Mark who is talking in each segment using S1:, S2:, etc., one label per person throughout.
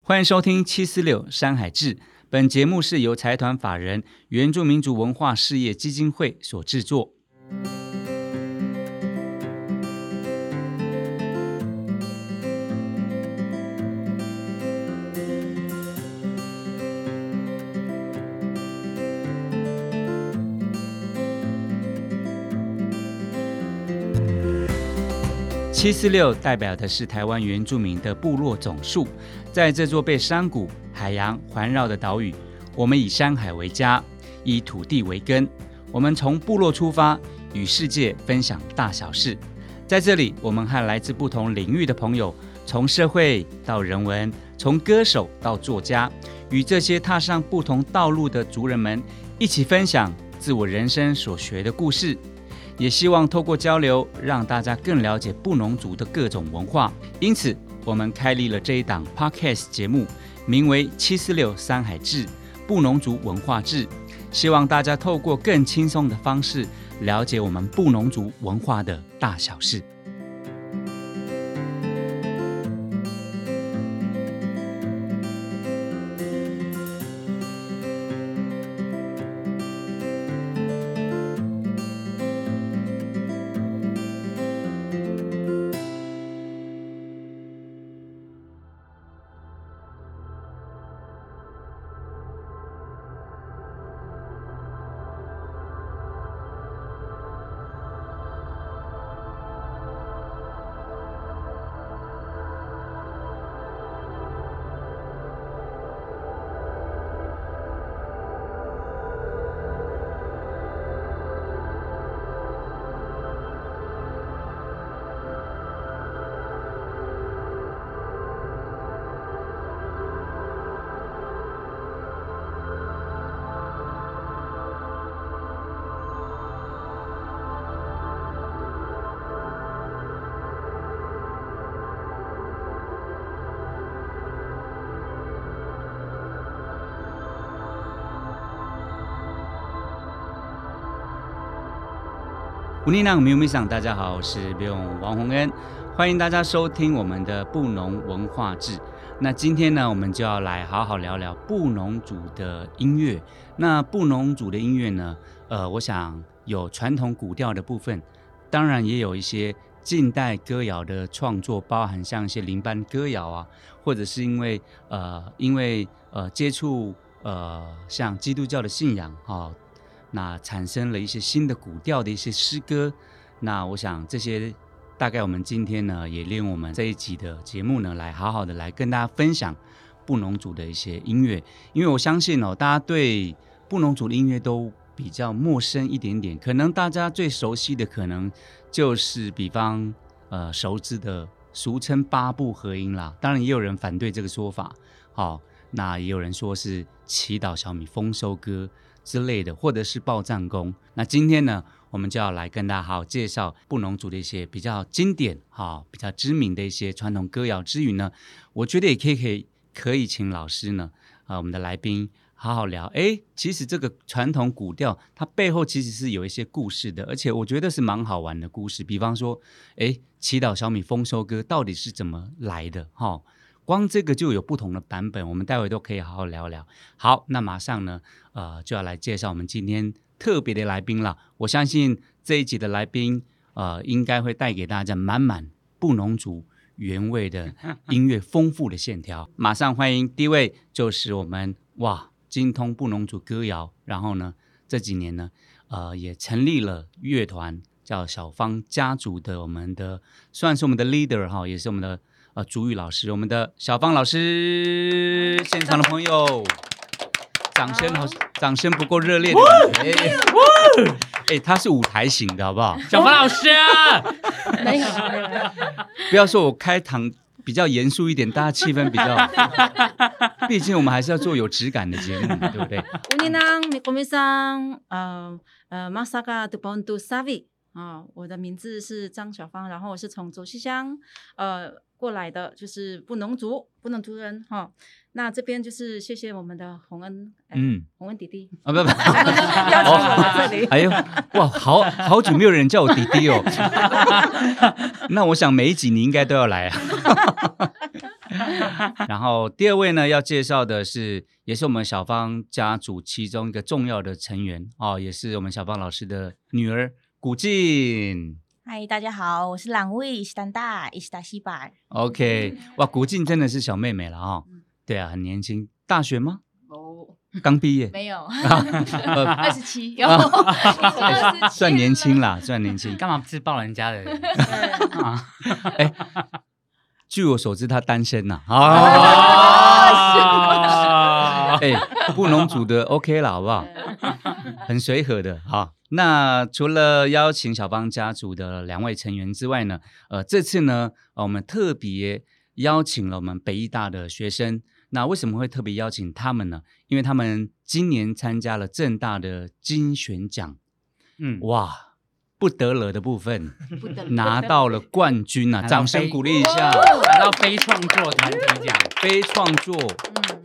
S1: 欢迎收听七四六山海志。本节目是由财团法人原住民族文化事业基金会所制作。七四六代表的是台湾原住民的部落总数，在这座被山谷、海洋环绕的岛屿，我们以山海为家，以土地为根。我们从部落出发，与世界分享大小事。在这里，我们和来自不同领域的朋友，从社会到人文，从歌手到作家，与这些踏上不同道路的族人们一起分享自我人生所学的故事，也希望透过交流，让大家更了解布农族的各种文化。因此，我们开立了这一档 podcast 节目，名为《七四六山海志布农族文化志》，希望大家透过更轻松的方式，了解我们布农族文化的大小事。布尼浪咪咪上，大家好，我是 b i 王洪恩，欢迎大家收听我们的布农文化志。那今天呢，我们就要来好好聊聊布农族的音乐。那布农族的音乐呢，呃，我想有传统古调的部分，当然也有一些近代歌谣的创作，包含像一些林班歌谣啊，或者是因为呃，因为呃接触呃像基督教的信仰哦哈、那产生了一些新的古调的一些诗歌。那我想这些大概我们今天呢，也利用我们这一集的节目呢，来好好的来跟大家分享布农族的一些音乐，因为我相信哦，大家对布农族的音乐都比较陌生一点点，可能大家最熟悉的可能就是比方呃熟知的俗称八部合音啦，当然也有人反对这个说法，好、那也有人说是祈祷小米丰收歌之类的，或者是报战功。那今天呢，我们就要来跟大家好好介绍布农族的一些比较经典、哈、比较知名的一些传统歌谣之余呢，我觉得也可以可以可以请老师呢，啊、我们的来宾好好聊。诶，其实这个传统古调它背后其实是有一些故事的，而且我觉得是蛮好玩的故事。比方说，诶，祈祷小米丰收歌到底是怎么来的？哈、光这个就有不同的版本，我们待会都可以好好聊聊。好，那马上呢，呃，就要来介绍我们今天特别的来宾了。我相信这一集的来宾，呃，应该会带给大家满满布农族原味的音乐丰富的线条。马上欢迎第一位，就是我们哇，精通布农族歌谣，然后呢，这几年呢，呃，也成立了乐团，叫小芳家族的，我们的算是我们的 leader 哈，也是我们的呃主语老师，我们的小芳老师，现场的朋友，掌声好，掌声不够热烈的感觉，哎哎、他是舞台型的好不好？
S2: 小凡老师，
S3: 没有，
S1: 不要说我开堂比较严肃一点，大家气氛比较，毕竟我们还是要做有质感的节目，对不对？啊
S3: 乌尼朗米国米桑，呃呃，马萨嘎杜邦杜萨维啊，我的名字是张小芳，然后我是从竹溪乡呃过来的，就是布农族，布农族人哈、那这边就是谢谢我们的洪恩，呃、
S1: 嗯，
S3: 洪恩弟弟，
S1: 啊不不，
S3: 邀请我来这里。
S1: 哎呦，哇，好好久没有人叫我弟 弟哦。那我想每一集你应该都要来啊。然后第二位呢，要介绍的是，也是我们小芳家族其中一个重要的成员哦，也是我们小芳老师的女儿古静。
S2: 嗨，大家好，我是朗卫伊斯坦大伊斯达西巴。
S1: OK，哇，古静真的是小妹妹了哦。
S2: 嗯
S1: 对啊，很年轻，大学吗？
S4: 哦，
S1: 刚毕业。
S4: 没有，
S1: 呃
S4: 二十七，有
S1: 哎 算年轻
S4: 了。
S1: 啦，算年轻
S5: 你。干嘛自爆人家的啊？
S1: 据我所知，他单身 呐。
S5: 哦啊！
S1: 哎，布农族的 OK 了，好 不好？
S5: 嗯
S1: 很随和的哈。那除了邀请小芳家族的两位成员之外呢，呃，这次呢，呃我们特别邀请了我们北医大的学生。那为什么会特别邀请他们呢？因为他们今年参加了正大的金选奖，
S5: 嗯，
S1: 哇，不得了的部 分
S4: 不得了
S1: 拿到了冠军啊！
S5: 拿到
S1: 掌声
S5: 杯
S1: 鼓励一下。
S5: 拿到非创作团体奖，
S1: 非创作，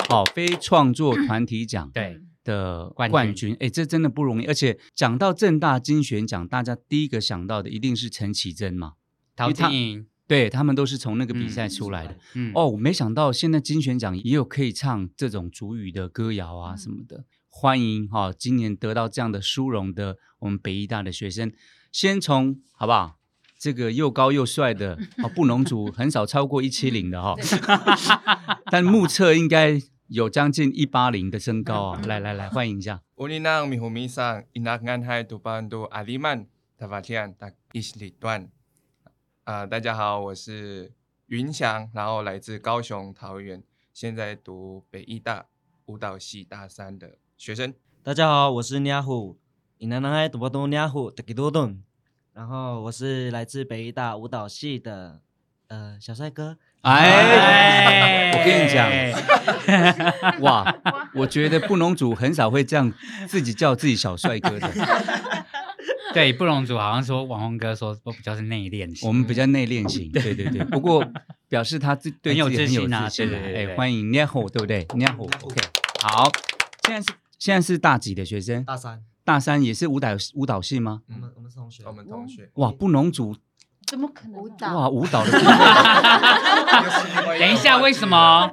S1: 好、非创作团体奖
S5: 对，
S1: 的
S5: 冠军
S1: 冠军，哎，这真的不容易。而且讲到正大金选奖，大家第一个想到的一定是陈绮贞嘛，
S5: 陶晶莹，
S1: 对他们都是从那个比赛出来的。
S5: 嗯，
S1: 哦，我没想到现在金选奖也有可以唱这种主语的歌谣啊什么的。欢迎哈、今年得到这样的殊荣的我们北医大的学生，先从好不好？这个又高又帅的哦，布农族很少超过一七零的哈、但目测应该有将近一八零的身高啊、来来来，欢迎一下。
S6: 乌里囊米胡米桑伊纳干海杜班杜阿里曼塔瓦提安达伊斯里段啊，大家好，我是云翔，然后来自高雄桃园，现在读北艺大舞蹈系大三的学生。
S7: 大家好，我是尼亚虎，闽南男孩赌博东尼亚虎的吉多顿，然后我是来自北医大舞蹈系的呃小帅哥，
S1: 哎，
S5: 哎
S1: 我跟你讲，哇，我觉得布农族很少会这样自己叫自己小帅哥的。
S5: 对，布隆族好像说网红哥说我比较是内敛型，
S1: 我们比较内敛型，对对对。不 过表示他自对
S5: 很有
S1: 自己很有
S5: 自信啊
S1: 自信
S5: 对
S1: 啊
S5: 对对
S1: 哎，
S5: 对
S1: 欢迎 Neho，对不对？Neho，OK，好。现在是现在是大几的学生？
S7: 大三，
S1: 大三也是舞蹈舞蹈系吗？
S7: 我们
S6: 嗯，
S7: 我们是同学，
S6: 我们同学，
S1: 哇，布农族
S4: 怎么可能？舞
S1: 哇，
S4: 蹈
S1: 舞 蹈的部分，哦
S5: 等一下，为什？么？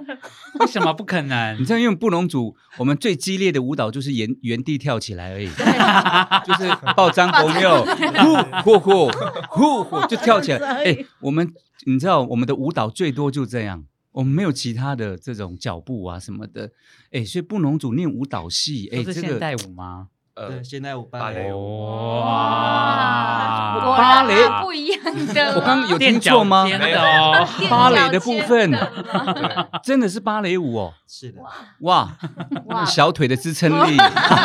S5: 为什么不可能
S1: 你？知道，因为布农族我们最激烈的舞蹈就是原原地跳起来而已，
S7: 啊
S1: 就是 抱张红友，呼呼呼呼呼就跳起来。哎，我们你知道我们的舞蹈最多就这样，我们没有其他的这种脚步啊什么的。哎，所以布农族念舞蹈系，哎，
S5: 都是
S1: 这
S5: 现代
S1: 个
S5: 舞吗？
S6: 呃
S7: 对，，现在我
S6: 芭
S7: 芭
S6: 蕾
S7: 蕾
S6: 舞
S7: 舞，
S4: 哇，
S1: 芭蕾
S4: 不一样的。
S1: 我刚有
S5: 垫
S1: 听
S5: 脚
S1: 错吗？
S5: 尖的哦，
S1: 芭蕾的部分
S6: 对
S1: 真的是芭蕾舞哦，
S7: 是的，
S1: 哇，
S4: 哇，
S1: 小腿的支撑力，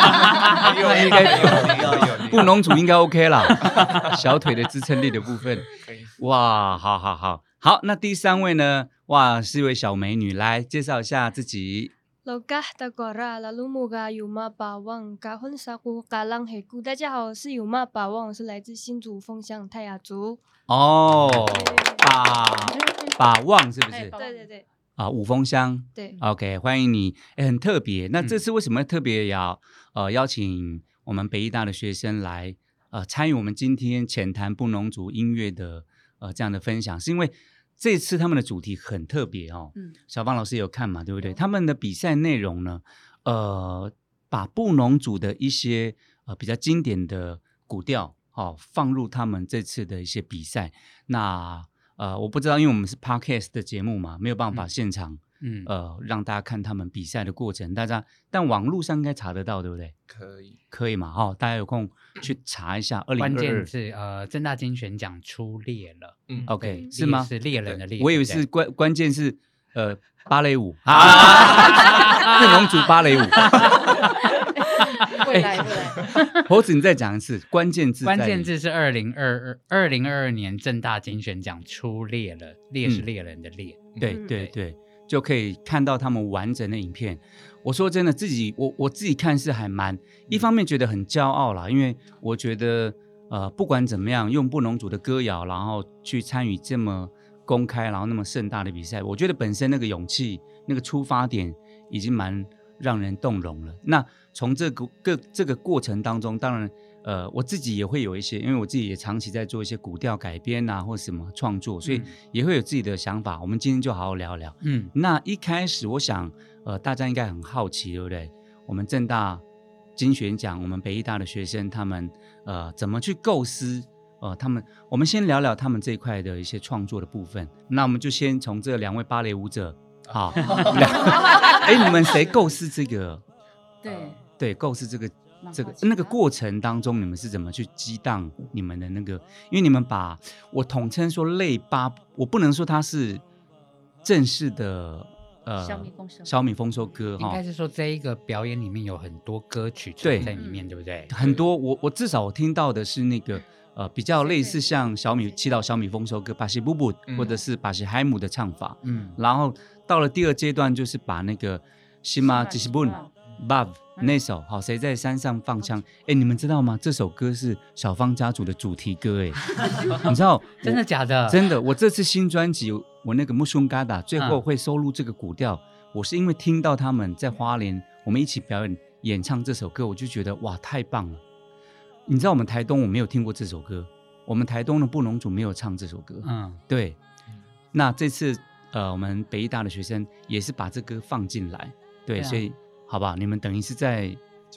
S6: 很有力，很有力，很有力
S1: 布农族应该 OK 啦，小腿的支撑力的部分。
S6: 可以
S1: 哇，好好好好，那第三位呢？哇，是一位小美女，来介绍一下自己。
S8: 老嘎达果拉拉鲁木嘎有妈巴旺嘎混沙古嘎浪黑姑，大家好，我是有妈巴旺，我是来自新竹凤翔泰雅族。
S1: 哦，把把旺是不是？
S8: 对对对
S1: 啊，五峰乡。
S8: 对，
S1: OK，欢迎你，诶很特别。那这次为什么特别要、呃邀请我们北医大的学生来呃参与我们今天浅谈布农族音乐的呃这样的分享？是因为这次他们的主题很特别哦。
S3: 嗯
S1: 小芳老师有看嘛，对不对？他们的比赛内容呢，呃，把布农族的一些呃比较经典的古调哦放入他们这次的一些比赛。那呃，我不知道，因为我们是 podcast 的节目嘛，没有办法现场。
S5: 嗯，
S1: 呃，让大家看他们比赛的过程。大家但网络上应该查得到，对不对？
S6: 可以，
S1: 可以嘛？哦，大家有空去查一下二零
S5: 嗯关
S1: 二
S5: 键
S1: 二。
S5: 是呃，正大金选奖出列了，
S6: 嗯
S1: OK，
S5: 猎
S1: 是吗？
S5: 是猎人的猎，
S1: 我以为
S5: 对
S1: 是
S5: 不
S1: 关关键是呃芭蕾 舞啊， 布农族芭蕾舞。
S4: 未来未来，
S1: 猴子，你再讲一次，关键字
S5: 对
S1: 在于
S5: 关键字是二零二二二零二二年正大金选奖出列了，
S1: 嗯
S5: 猎是猎人的猎，
S1: 对
S8: 嗯
S1: 对对，就可以看到他们完整的影片。我说真的，自己我我自己看是还蛮，一方面觉得很骄傲啦，因为我觉得呃不管怎么样，用布农族的歌谣，然后去参与这么公开，然后那么盛大的比赛，我觉得本身那个勇气、那个出发点已经蛮让人动容了。那从这个个这个过程当中，当然，呃，我自己也会有一些，因为我自己也长期在做一些古调改编啊，或什么创作，所以
S5: 嗯
S1: 也会有自己的想法。我们今天就好好聊聊。
S5: 嗯，
S1: 那一开始，我想，呃，大家应该很好奇，对不对？我们正大金选奖，我们北医大的学生，他们呃怎么去构思？呃，他们，我们先聊聊他们这一块的一些创作的部分。那我们就先从这两位芭蕾舞者，好，两哎，你们谁构思这个？
S3: 对，
S1: 对，构思这个
S3: 蛮
S1: 这
S3: 好
S1: 个
S3: 奇
S1: 那个
S4: 啊
S3: 的
S1: 过程当中，你们是怎么去激荡你们的那个？因为你们把我统称说类八，我不能说它是正式的呃
S4: 小米丰收
S1: 小米丰收歌
S5: 嗯应
S1: 哈
S5: 该，是说这一个表演里面有很多歌曲
S1: 对
S5: 存在里面，对不对？
S1: 很多我我至少我听到的是那个。呃，比较类似
S4: 对
S1: 像小米祈祷小米丰收歌，巴西布布
S6: 嗯
S1: 或者是巴西海姆的唱法，
S5: 嗯，
S1: 然后到了第二阶段，就是把那个西马吉西布
S5: 嗯
S3: 西马
S1: Bob 那首好，谁在山上放枪？哎，你们知道吗？这首歌是小芳家族的主题歌， 哎，你知道？
S5: 真的假的？
S1: 真的，我这次新专辑，我那个 m u s h u n g a d a 最后
S5: 嗯
S1: 会收录这个古调，我是因为听到他们在花莲，我们一起表演演唱这首歌，我就觉得哇，太棒了！你知道我们台东我没有听过这首歌，我们台东的布农族没有唱这首歌，
S5: 嗯，
S1: 对，那这次呃，我们北医大的学生也是把这歌放进来，对，
S5: 对啊
S1: 所以好吧，你们等于是在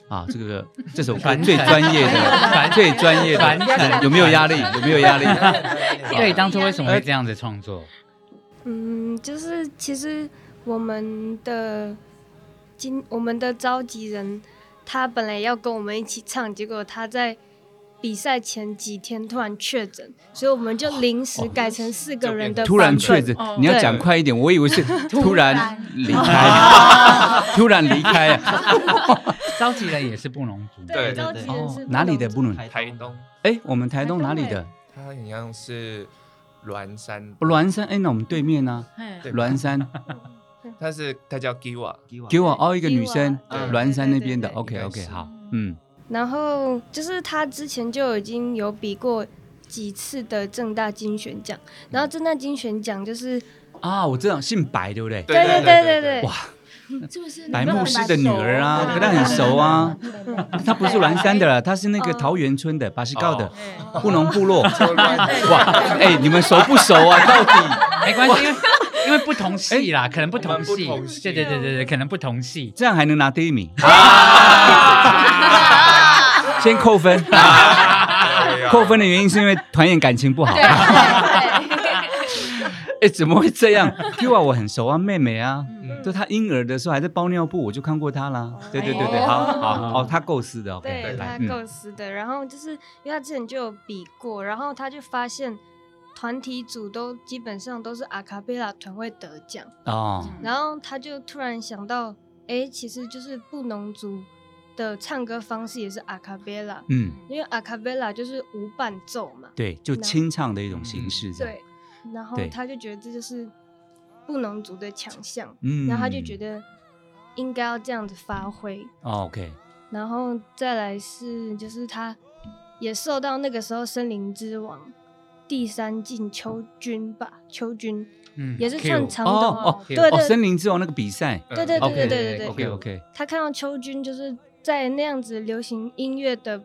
S1: 啊这个这首歌
S5: 传承
S1: 最专业的
S5: 传、
S1: 最专业
S5: 传
S1: 的，
S5: 承
S1: 有没有压力？有没有压力？
S5: 对，当初为什么会这样子创
S1: 呃
S5: 作？
S8: 嗯，就是其实我们的今我们的召集人，他本来要跟我们一起唱，结果他在比赛前几天突然确诊，所以我们就临时改成四个人的版本、
S1: 突然确诊，你要
S8: 对
S1: 讲快一点，我以为是突然
S2: 然
S1: 离开，突然离开啊，
S5: 召集人也是布农 族，
S6: 对
S8: 召
S7: 对
S8: 集
S1: 哦
S8: 人是
S1: 哪里的不能？
S6: 台东，
S1: 哎，我们台东哪里的？
S6: 它很像是峦山，
S1: 栾山，哎，那我们对面呢？
S3: 嘿，
S6: 对
S1: 栾山，
S6: 它是它叫 Giwa，
S1: 给我凹一个女
S8: 吉瓦
S1: 生
S7: 对，
S1: 栾山那边的
S8: 对对对
S1: ，OK
S6: 对
S1: OK，
S6: 是
S1: 好，嗯。
S8: 然后就是他之前就已经有比过几次的正大金选奖，然后正大金选奖就是
S1: 啊，我知道，姓白对不对？
S8: 对
S6: 对
S8: 对
S6: 对
S8: 对
S1: 哇
S4: 是不是
S1: 白
S4: 那个
S1: 牧师的女儿啊
S4: 很熟
S1: 跟他很熟啊
S4: 对对对
S1: 她不是栾山的啦，她是那个桃园村的巴西告的
S3: 哦
S1: 布农部落。
S6: 对
S1: 哇，哎，你们熟不熟啊？到底
S5: 没关系，因为因为不同系 啦，可能不同
S6: 我们
S5: 系
S6: 不同，系
S5: 对对对对对，可能不同系。
S1: 这样还能拿第一名？啊先扣分，
S6: 哎
S1: 扣分的原因是因为团员感情不好。哎，怎么会这样？Q 啊，我很熟啊，妹妹啊，
S8: 嗯
S1: 就她婴儿的时候还在包尿布，我就看过她啦。对对对对，好好好，她构思的
S8: 对
S1: ，OK，
S8: 他
S1: 来，嗯
S8: 构思的，然后就是因为他之前就有比过，然后他就发现团体组都基本上都是阿卡贝拉团会得奖，
S1: 哦，
S8: 然后他就突然想到，哎，其实就是布农族的唱歌方式也是阿卡贝拉，
S1: 嗯，
S8: 因为阿卡贝拉就是无伴奏嘛，
S1: 对，就清唱的一种形式，这样，
S8: 对，然后
S1: 啊对
S8: 他就觉得这就是布农族的强项，
S1: 嗯，
S8: 然后他就觉得应该要这样子发挥，
S1: 哦，OK，
S8: 然后再来是就是他也受到那个时候《森林之王》第三季秋君吧，秋君
S5: 嗯
S8: 也是算长
S1: 哦
S8: 岛，
S1: 哦
S8: 对
S1: 哦，
S8: 对
S1: 森林之王那个比赛
S8: 对对对对
S1: OK，
S8: 对对对
S1: OK OK，
S8: 他看到秋君就是在那样子流行音乐的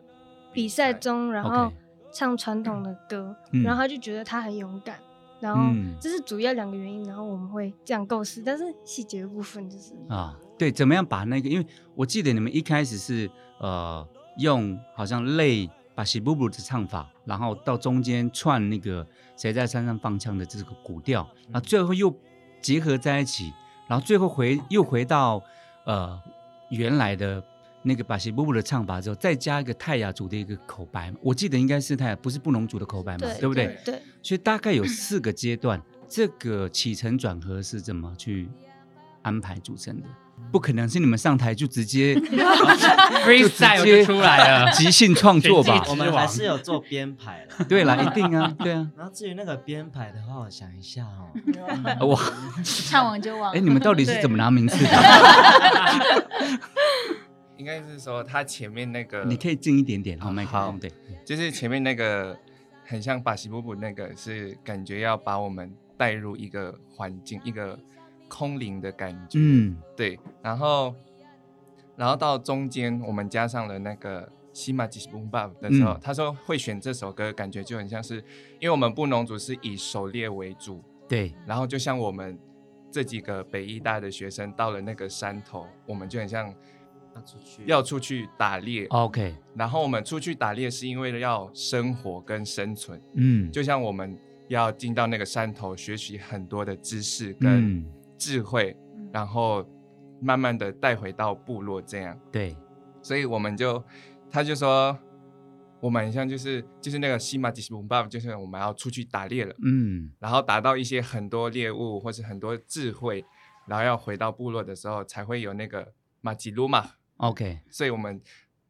S8: 比赛中，然
S1: OK
S8: 后唱传统的歌，
S1: 嗯
S8: 然后他就觉得他很勇敢。然后
S1: 嗯
S8: 这是主要两个原因，然后我们会这样构思，但是细节的部分就是
S1: 啊，对，怎么样把那个？因为我记得你们一开始是呃用好像类把喜布布的唱法，然后到中间串那个谁在山上放枪的这个古调，啊，最后又结合在一起，然后最后回又回到呃原来的。那个把喜布布的唱法之后，再加一个泰雅族的一个口白，我记得应该是泰雅，不是布农族的口白嘛，
S8: 对
S1: 不对？
S8: 对。
S1: 所以大概有四个阶段，这个起承转合是怎么去安排组成的？不可能是你们上台就直 接
S5: freestyle 就出来 了，
S1: 即兴创作吧
S5: 全？
S7: 我
S5: 即
S7: 们还是有做编排了。
S1: 对啦，一定啊，对啊。
S7: 然后至于那个编排的话，我想一下哦，
S1: 哇，
S4: 唱完就忘。
S5: 哦
S1: 哎，你们到底是怎么拿名次的？
S6: 应该是说它前面那个，
S1: 你可以近一点点，哦好麦克风，对，
S6: 就是前面那个很像巴西布布那个，是感觉要把我们带入一个环境，一个空灵的感觉。，
S1: 嗯
S6: 对。然后然后到中间我们加上了那个西马吉布巴的时候，
S1: 嗯
S6: 他说会选这首歌，感觉就很像是，因为我们布农族是以狩猎为主，
S1: 对，
S7: 嗯
S6: 然后就像我们这几个北医大的学生到了那个山头，我们就很像
S7: 要出去哦
S6: 要出去打猎。
S1: OK，
S6: 然后我们出去打猎是因为要生活跟生存，
S1: 嗯，
S6: 就像我们要进到那个山头学习很多的知识跟
S1: 嗯，
S6: 智慧，
S7: 嗯
S6: 然后慢慢的带回到部落这样。
S1: 对，
S6: 所以我们就，他就说，我们很像就是就是那个西马吉西姆爸爸，就是我们要出去打猎了，
S1: 嗯，
S6: 然后打到一些很多猎物或是很多智慧，然后要回到部落的时候才会有那个马吉鲁马。
S1: OK，
S6: 所以我们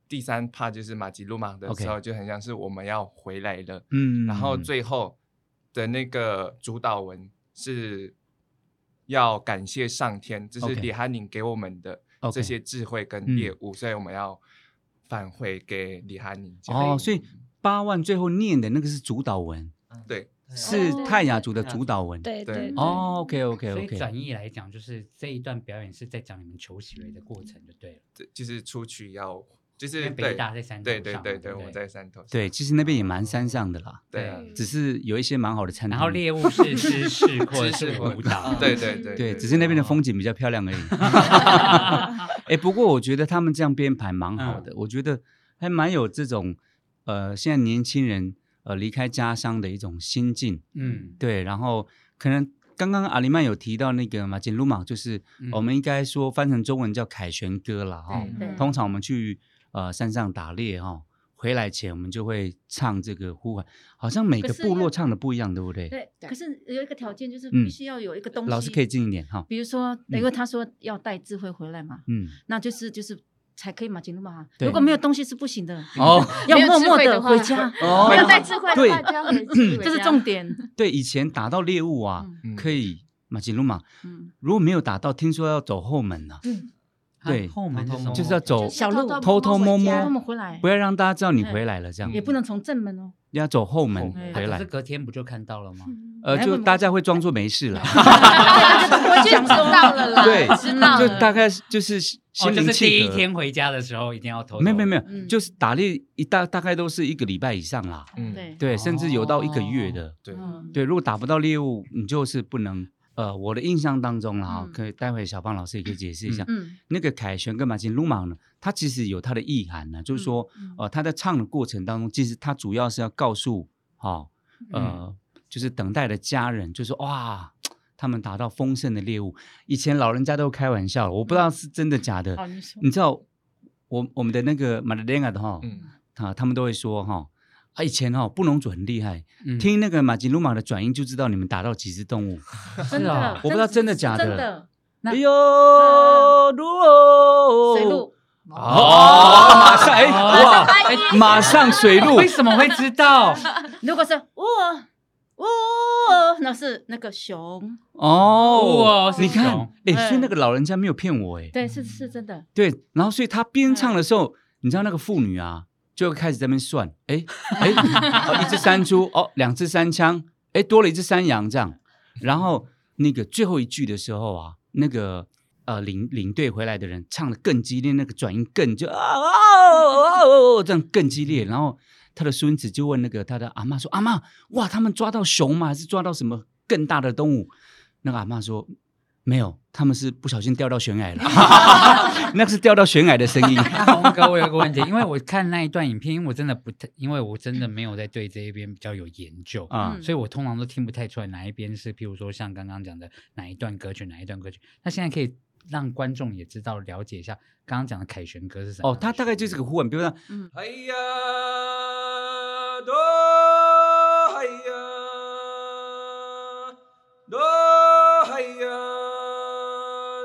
S6: 第三趴就是马吉鲁马的
S1: OK
S6: 时候，就很像是我们要回来了。
S1: 嗯，
S6: 然后最后的那个主导文是要感谢上天，这是
S1: OK
S6: 李哈宁给我们的
S1: OK 嗯
S6: 这些智慧跟猎物，所以我们要返回给李哈宁。
S1: 哦，所以八万最后念的那个是主导
S5: 哦
S1: 文，
S7: 嗯
S6: 对，
S1: 是
S4: 哦
S1: 泰雅族的主导文。
S8: 对
S6: 对
S8: 对
S1: 哦，OK OK
S5: 所以
S1: OK，
S5: 转译来讲，就是这一段表演是在讲你们求学的过程，就对了。
S6: 这就是出去要就是
S5: 因为北
S6: 对
S5: 大在山头
S6: 对
S5: 上
S6: 对
S5: 嘛，
S6: 对
S5: 对
S6: 对，
S5: 不
S6: 我在山头上。
S1: 对，其实那边也蛮山上的啦，
S6: 对啊，
S1: 只是有一些蛮好的餐厅。
S5: 然后猎物是知识或者是舞蹈，
S6: 对对对哦
S1: 对，只是那边的风景比较漂亮而已。哎，不过我觉得他们这样编排蛮好的，我觉得还蛮有这种呃，现在年轻人呃离开家乡的一种心境。
S5: 嗯，
S1: 对，然后可能刚刚阿里曼有提到那个马吉鲁马，就是
S5: 嗯
S1: 我们应该说翻成中文叫凯旋歌啦。哈、
S6: 嗯
S4: 对
S1: 哦通常我们去呃山上打猎哈、回来前我们就会唱这个呼喊，好像每个
S3: 可是
S1: 部落
S3: 要
S1: 唱的不一样，对不对？
S3: 对，可是有一个条件就是
S1: 嗯
S3: 必须要有一个东西。
S1: 老师可以近一点哈、
S3: 比如说，因为他说要带智慧回来嘛，
S1: 嗯，
S3: 那就是就是才可以马吉鲁马。
S1: 对
S3: 如果没有东西是不行的，
S1: 哦
S3: 要
S4: 没有
S3: 默默
S4: 智慧
S3: 地
S4: 的话
S3: 回家，
S1: 哦
S4: 没有带智慧
S1: 对
S4: 的话，就要回去。
S3: 这是重点。
S1: 对，以前打到猎物啊，
S3: 嗯
S6: 嗯
S1: 可以马吉鲁马，
S3: 嗯，
S1: 如果没有打到，听说要走后门呢、对
S5: 后门
S7: 偷偷摸摸
S1: 就是要走，
S3: 小路
S1: 偷偷摸摸
S3: 然后我们回来
S1: 不要让大家知道你回来了，这样
S3: 也不能从正门哦。
S1: 要走后门
S5: 后门
S1: 回
S5: 哎可
S1: 来
S5: 是。隔天不就看到了吗？
S1: 呃，
S3: 哎
S1: 就
S3: 我们
S1: 大家会装作没事了。
S4: 我就知道了啦，
S1: 对
S4: 知道
S1: 就
S4: 了。
S1: 大概是就是心
S5: 哦，
S1: 心
S5: 就是
S1: 灵
S5: 第
S1: 契
S5: 一
S1: 合。
S5: 天回家的时候一定要偷偷，
S1: 没有没有没有，
S3: 嗯
S1: 就是打猎一大大概都是一个礼拜以上啦，
S6: 嗯，
S3: 对，
S1: 对，甚至有到一个月的。
S6: 对
S3: 嗯，
S1: 对，如果打不到猎物，你就是不能。呃，我的印象当中啦，哈
S3: 嗯
S1: 可以待会小胖老师也可以解释一下，
S3: 嗯，
S1: 那个凯旋跟马金鲁马呢，它其实有它的意涵呢、就是说，呃，他在唱的过程当中，其实他主要是要告诉，哦，呃，就是等待的家人，就是哇，他们打到丰盛的猎物。以前老人家都开玩笑，我不知道是真的假的，
S3: 哦好，你说
S1: 你知道我我们的那个马德莲的哈，
S6: 嗯
S1: 啊，他们都会说哈，啊，以前哈布农族很厉害，
S5: 嗯
S1: 听那个马吉鲁马的转音就知道你们打到几只动物。
S3: 真
S5: 是啊
S3: 的，
S1: 嗯哦我不知道真的假的
S3: 真的，那
S1: 哎呦，鲁哦，
S3: 水路
S1: 哦，马上哎
S5: 哦
S1: 哇，哎马上水路
S5: 为，什么会知道？
S3: 如果是我我，那是那个熊，
S1: 哦
S5: 哇，
S1: 你
S5: 是
S1: 看
S5: 熊，
S1: 哎，所以那个老人家没有骗我，哎，
S3: 对，是是真的，
S1: 对，然后所以他边唱的时候，你知道那个妇女啊，就开始在那边算，哎哎，哦一只山猪，哦，两只山枪，哎，多了一只山羊这样，然后那个最后一句的时候啊，那个。呃，领领队回来的人唱的更激烈，那个转音更就啊啊啊啊这样更激烈。然后他的孙子就问那个他的阿嬷说：“阿嬷，哇，他们抓到熊吗？还是抓到什么更大的动物？”那个阿嬷说：“没有，他们是不小心掉到悬崖了。”那是掉到悬崖的声音。
S5: 红啊哥，我有个问题，因为我看那一段影片，因为我真的不太，因为我真的没有在对这一边比较有研究
S1: 啊
S5: 所以我通常都听不太出来哪一边是，譬如说像刚刚讲的哪一段歌曲，哪一段歌曲。那现在可以让观众也知道了解一下刚刚讲的凯旋歌是什么。
S1: 哦，它大概就是个呼喊，比如说，
S6: 哎呀，多哎呀，多哎呀，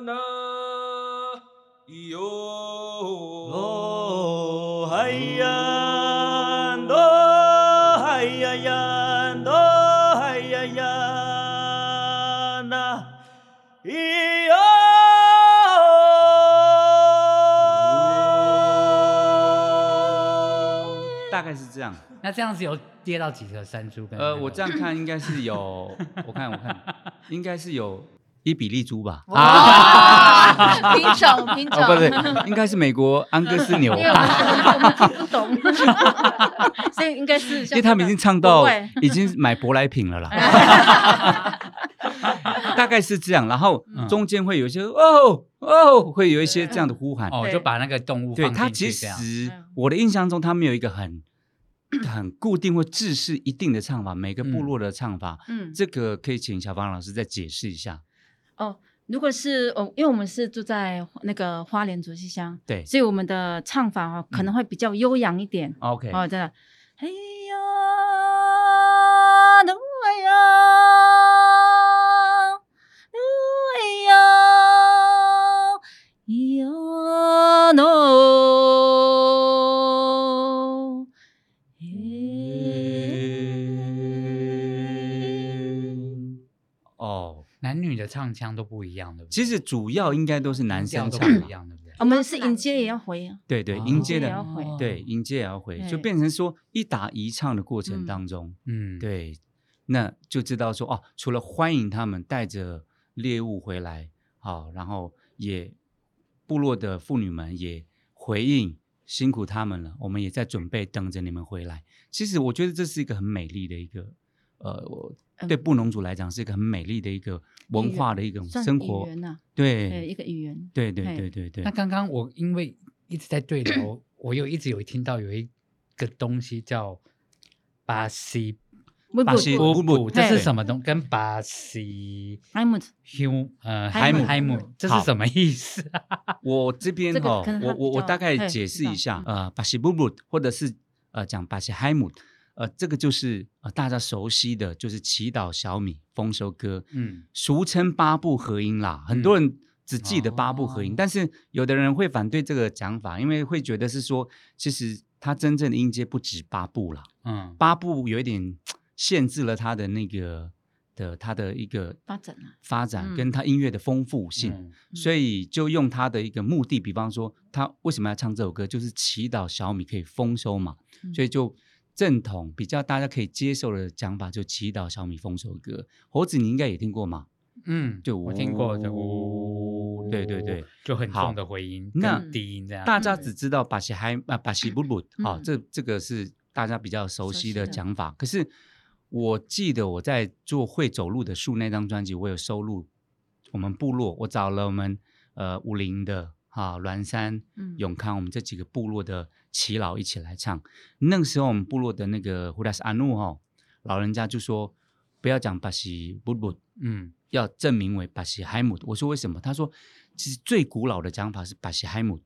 S6: 那哟。
S7: 哦，嗨呀，哦，嗨呀呀，哦，嗨呀呀，那咿哟。
S1: 大概是这样。
S5: 那这样子有跌到几个山猪跟那
S1: 呃，
S5: 个
S1: 我这样看应该是有，我看我看，应该是有伊比利猪吧？啊
S4: 哇，品种品种，
S1: 哦，不对，应该是美国安哥斯牛，
S3: 因为我们我们听不 懂，所以应该是
S1: 因
S3: 像
S1: 为他们已经唱
S3: 国
S1: 到
S3: 外
S1: 已经买舶来品了啦。
S3: 嗯
S1: 大概是这样，然后
S5: 嗯
S1: 中间会有一些哦哦，会有一些这样的呼喊。
S5: 哦，
S3: 对
S5: 就把那个动物
S1: 对
S5: 放
S1: 它
S5: 进
S1: 其
S5: 去这样
S1: 实
S3: 嗯
S1: 我的印象中，他们有一个很很固定或制式一定的唱法，每个部
S5: 嗯
S1: 落的唱法。
S3: 嗯，
S1: 这个可以请小芳老师再解释一下。
S3: 哦，如果是哦，因为我们是住在那个花莲竹溪乡，
S1: 对
S3: 所以我们的唱法哦可能会比较悠扬一点。
S1: ，OK，
S5: 啊
S3: 哦，真的，哎呀，努哎呀，努哎呀，呀努。
S1: 哦，
S5: 男女的唱腔都不一样，对不对？
S1: 其实主要应该都是男
S5: 调
S1: 生
S5: 都
S1: 唱
S5: 不
S1: 吧
S5: 一样，对不对？
S3: 我们是迎接也要回啊，
S1: 对对，
S5: 哦
S1: 迎接
S3: 也
S1: 的
S3: 要回
S1: 对，迎接也要回，就
S3: 对
S1: 变成说一打一唱的过程
S3: 嗯
S1: 当中，
S5: 嗯，
S1: 对，那就知道说哦，除了欢迎他们带着猎物回来，好、然后也部落的妇女们也回应辛苦他们了，我们也在准备等着你们回来。其实我觉得这是一个很美丽的一个。呃，我对
S3: 嗯
S1: 布农族来讲是一个很美丽的一个文
S3: 语
S1: 化的一种
S3: 算
S1: 生
S3: 语
S1: 活，
S3: 言呐，对，
S1: 对，
S3: 一个语言。
S1: 对对
S3: 嘿
S1: 对对对
S5: 那。刚刚我因为一直在对流，我有一直有听到有一个东西叫巴西
S3: 不
S1: 巴西
S5: 布
S1: 布布
S5: 布，这是
S3: 嘿
S5: 什么东？跟巴西
S3: 埃姆特
S5: hum 呃
S3: 海姆
S5: 海姆，这是
S1: 好
S5: 什么意思啊？
S1: 我这边
S3: 这个
S1: 哈
S3: 可，能
S1: 我我
S3: 他比
S1: 我
S3: 较
S1: 大概
S3: 嘿
S1: 解释
S3: 知道
S1: 一下，
S3: 嗯
S1: 呃，巴西布布或者是呃讲巴西海姆，呃，这个就是呃大家熟悉的就是祈祷小米丰收歌，
S5: 嗯，
S1: 俗称八部合音啦，
S3: 嗯
S1: 很多人只记得八部合音，
S5: 哦
S1: 但是有的人会反对这个讲法，因为会觉得是说，其实它真正的音阶不止八部啦，
S5: 嗯，
S1: 八部有一点限制了它的那个的它的一个
S3: 发展啊
S1: 发展
S3: 嗯
S1: 跟它音乐的丰富性。
S5: 嗯
S1: 所以就用他的一个目的，比方说他为什么要唱这首歌，就是祈祷小米可以丰收嘛。
S3: 嗯
S1: 所以就正统比较大家可以接受的讲法，就祈祷小米丰收歌。猴子你应该也听过嘛？
S5: 嗯，
S1: 就
S5: 我听过的
S1: 呜
S5: 呜，
S1: 对对对，
S5: 就很
S1: 好
S5: 重的回音，
S1: 那
S5: 跟低音这样，
S1: 大家只知道巴西嗨啊巴西布布啊，
S3: 嗯
S1: 这这个是大家比较熟
S3: 熟
S1: 悉
S3: 悉
S1: 的
S3: 的
S1: 讲法。可是我记得我在做《会走路的树》那张专辑，我有收录我们部落，我找了我们呃武陵的啊栾山、
S3: 嗯
S1: 永康，我们这几个部落的耆老一起来唱。那个时候我们部落的那个胡达斯阿努哈、老人家就说不要讲巴西布布，
S5: 嗯
S1: 要证明为巴西海姆。我说为什么？他说其实最古老的讲法是巴西海姆，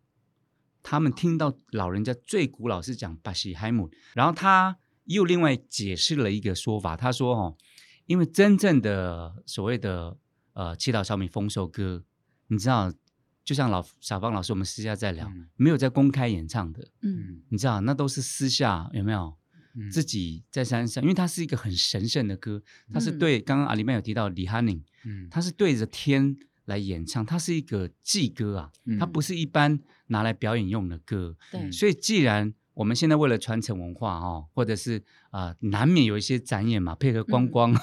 S1: 他们听到老人家最古老是讲巴西海姆，然后他又另外解释了一个说法，他说哦，因为真正的所谓的呃祈祷小米丰收歌，你知道，就像老小芳老师我们私下在聊，
S5: 嗯
S1: 没有在公开演唱的，
S3: 嗯
S5: 嗯
S1: 你知道那都是私下有没有？
S5: 嗯，
S1: 自己在山上，因为它是一个很神圣的歌，它是
S3: 嗯
S1: 对刚刚阿里曼有提到李哈宁，
S5: 嗯
S1: 它是对着天来演唱，它是一个祭歌啊，
S5: 嗯
S1: 它不是一般拿来表演用的歌。
S3: 对
S1: 所以，既然我们现在为了传承文化哦，或者是啊、呃难免有一些展演嘛，配合观光、
S3: 嗯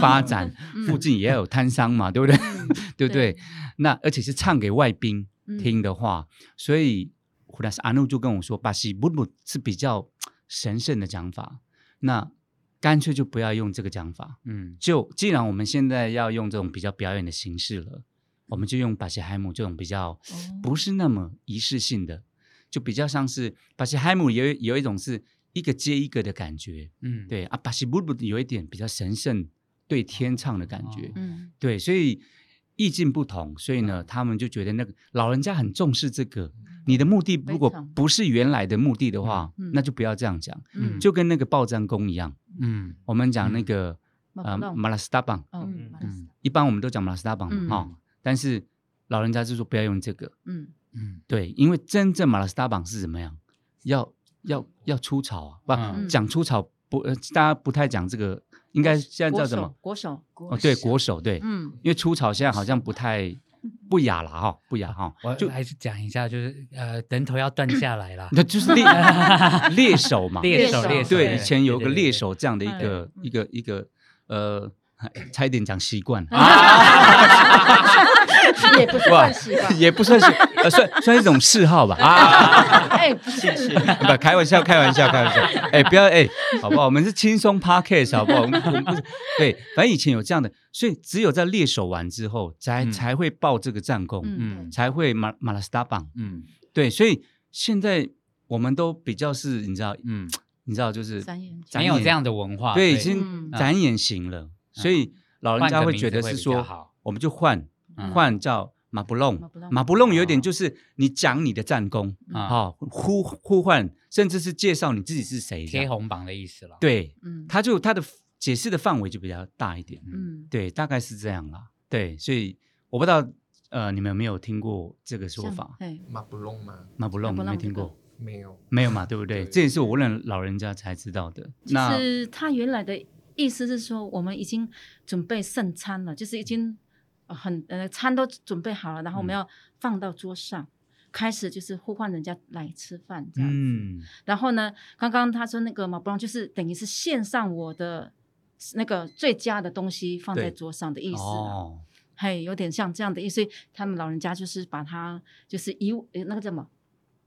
S1: 发展，
S3: 嗯
S1: 附近也要有摊商嘛，对不对？ 对不对？
S3: 对
S1: 那而且是唱给外宾
S3: 嗯
S1: 听的话，所以胡达斯阿努就跟我说，巴西布布是比较神圣的讲法，那干脆就不要用这个讲法。
S5: 嗯
S1: 就既然我们现在要用这种比较表演的形式了，我们就用巴西海姆这种比较不是那么仪式性的，就比较像是巴西海姆有一有一种是一个接一个的感觉，
S5: 嗯，
S1: 对啊，巴西布布有一点比较神圣对天唱的感觉，
S3: 嗯
S1: 对，所以意境不同，所以呢，他们就觉得那个老人家很重视这个。你的目的如果
S3: 非常
S1: 不是原来的目的的话，
S3: 嗯嗯
S1: 那就不要这样讲，
S5: 嗯
S1: 就跟那个报站工一样，
S5: 嗯
S1: 我们讲那个、
S3: 嗯
S1: 呃
S3: 马布隆
S1: 马拉斯达邦，
S3: 哦
S7: 嗯
S3: 马来西
S5: 嗯
S3: 亚
S1: 一般我们都讲马拉斯达邦
S3: 嗯
S1: 哈、但是老人家就说不要用这个，
S3: 嗯
S5: 嗯
S1: 对，因为真正马拉斯达邦是怎么样，要要要出草啊，不、
S5: 嗯
S1: 讲出草不、呃，大家不太讲这个，应该现在叫什么？
S3: 国手国手
S1: 哦，对，国手对，
S3: 嗯
S1: 因为出草现在好像不太不雅了哈，不雅哈，
S5: 我
S1: 就
S5: 还是讲一下，就是呃，人头要断下来
S1: ，
S5: 啦
S1: 那就是猎猎手嘛，
S5: 猎手
S4: 手
S5: 猎手，
S1: 对，以前有一个
S5: 对对对
S1: 猎手这样的一
S3: 对
S1: 个一个一个呃 差一点讲习惯，
S4: 也不是
S1: 哇
S4: 惯习惯。
S1: 也不算是，呃，算算一种嗜好吧啊。
S4: 哎，不是，
S1: 不，开玩笑，开玩笑，开玩笑。哎、不要哎、好不好？我们是轻松 podcast，好不好？我们我们不是对，反正以前有这样的，所以只有在猎手完之后，才、
S5: 嗯
S1: 才会报这个战功，
S5: 嗯
S1: 才会马马拉斯达榜。
S5: 嗯
S1: 对，所以现在我们都比较是，你知道，
S5: 嗯，
S1: 你知道就是
S3: 展演
S1: 展
S5: 没有这样的文化，
S1: 对，已
S5: 对
S1: 经
S3: 嗯
S1: 展演型了，所以老人家会觉得是
S5: 换个名字会比较
S1: 说
S5: 好，
S1: 我们就换
S5: 嗯
S1: 换叫马布隆
S3: 马布，隆
S1: 马布隆有点就是你讲你的战功
S3: 嗯
S5: 啊
S1: 啊，呼呼唤，甚至是介绍你自己是谁，这
S5: 贴
S1: 样
S5: 红榜的意思了。
S1: 对，
S3: 嗯
S1: 他就他的解释的范围就比较大一点，
S3: 嗯，
S1: 对，大概是这样啦。对，所以我不知道呃，你们有没有听过这个说
S3: 像
S1: 法？
S3: 哎，
S6: 马布隆吗？
S1: 马布隆，你
S3: 马布
S1: 没
S3: 隆
S1: 听
S3: 这个
S1: 过？
S6: 没有，
S1: 没有嘛，对不对？
S6: 对
S1: 这也是我问老人家才知道的。
S3: 其
S1: 那
S3: 实他原来的意思是说，我们已经准备圣餐了，就是已经呃很呃餐都准备好了，然后我
S1: 嗯
S3: 们要放到桌上，开始就是呼唤人家来吃饭这样子。
S1: 嗯，
S3: 然后呢，刚刚他说那个马布朗就是等于是献上我的那个最佳的东西放在
S1: 对
S3: 桌上的意思啊，
S1: 哦，
S3: 嘿，有点像这样的意思。所以他们老人家就是把它就是遗呃那个叫什么。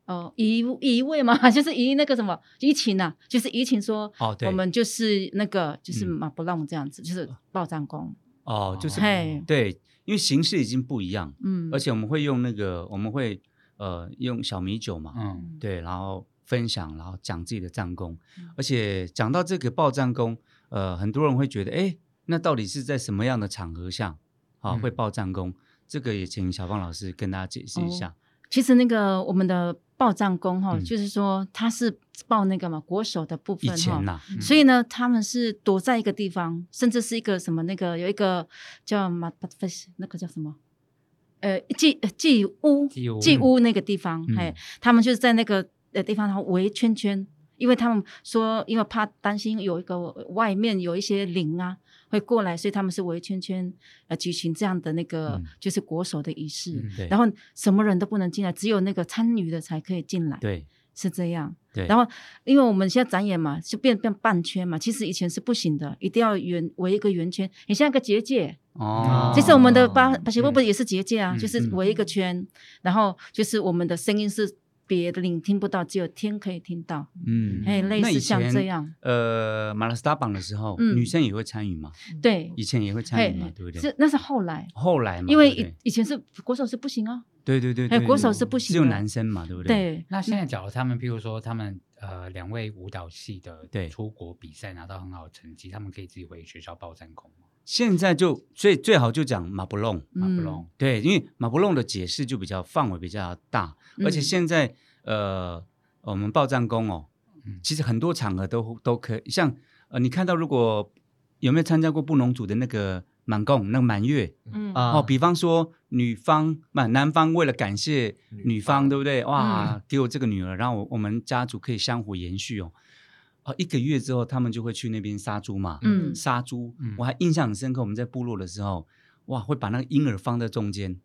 S3: 哦，遗遗位嘛， 就是遗那个什么移情啊，就是移情说，
S1: 哦对
S3: 我们就是那个就是
S1: 嗯呃
S3: 马布朗这样子，就是报战功，
S1: 哦，就是
S3: 嘿，
S1: 对，因为形式已经不一样，
S3: 嗯，
S1: 而且我们会用那个，我们会呃用小米酒嘛，
S5: 嗯，
S1: 对，然后分享，然后讲自己的战功，
S3: 嗯
S1: 而且讲到这个报战功，呃，很多人会觉得，哎，那到底是在什么样的场合下啊、
S5: 嗯
S1: 会报战功？这个也请小芳老师跟大家解释一下。
S3: 其实那个我们的报战功哈，
S1: 嗯
S3: 就是说他是报那个嘛国手的部
S1: 以
S3: 分哈
S1: 前，呐、
S5: 嗯
S3: 所以呢，他们是躲在一个地方，甚至是一个什么那个有一个叫马巴菲斯，那个叫什么？呃，祭呃祭屋
S5: 祭屋
S3: 那个地方，
S1: 嗯
S3: 哎、他们就是在那个呃地方，然后围圈圈，因为他们说，因为怕担心有一个外面有一些灵啊会过来，所以他们是围圈圈呃举行这样的那个、
S1: 嗯
S3: 就是国手的仪式，
S5: 嗯
S1: 对
S3: 然后什么人都不能进来，只有那个参与的才可以进来，
S1: 对
S3: 是这样。
S1: 对，
S3: 然后，因为我们现在展演嘛，就变变半圈嘛，其实以前是不行的，一定要圆围一个圆圈，很像一个结界。
S1: 哦，
S3: 其实我们的巴
S1: 哦
S3: 巴西波不也是结界啊，
S5: 嗯
S3: 就是
S1: 嗯
S3: 围一个圈，然后就是我们的声音是别的灵听不到，只有天可以听到，
S1: 嗯
S3: 哎、类
S1: 那以
S3: 似像
S1: 前
S3: 这样，
S1: 呃，马拉斯达榜的时候，
S3: 嗯
S1: 女生也会参与嘛，
S3: 对，
S1: 以前也会参
S3: 嘿
S1: 与嘛，对不对？
S3: 是那是后来，
S1: 后来嘛，
S3: 因为
S1: 对
S3: 以以前是国手是不行啊，
S1: 对对对
S3: 哎
S1: 对，
S3: 国
S1: 对
S3: 手是不行
S1: 只有
S3: 的
S1: 男生嘛，对不对？
S3: 对，
S5: 那现在，假如他们，譬如说他们呃两位舞蹈系的
S1: 对
S5: 出国比赛拿到很好的成绩，他们可以自己回学校报战功吗？
S1: 现在就所以最好就讲马布隆，
S5: 啊不
S3: 嗯
S5: 弄，
S1: 对，因为马布隆的解释就比较范围比较大，而且
S3: 嗯
S1: 现在呃，我们报战功哦
S5: 嗯，
S1: 其实很多场合都都可以，像呃，你看到如果有没有参加过布农族的那个满贡那个满月，
S4: 嗯，
S1: 哦，比方说女方不男方为了感谢
S6: 女
S1: 女方，
S6: 方
S1: 对不对？哇，给我这个女儿，让我我们家族可以香火延续哦。啊，一个月之后，他们就会去那边杀猪嘛，
S3: 嗯
S1: 杀猪。
S5: 嗯
S1: 我还印象很深刻，我们在部落的时候，哇，会把那个婴儿放在中间，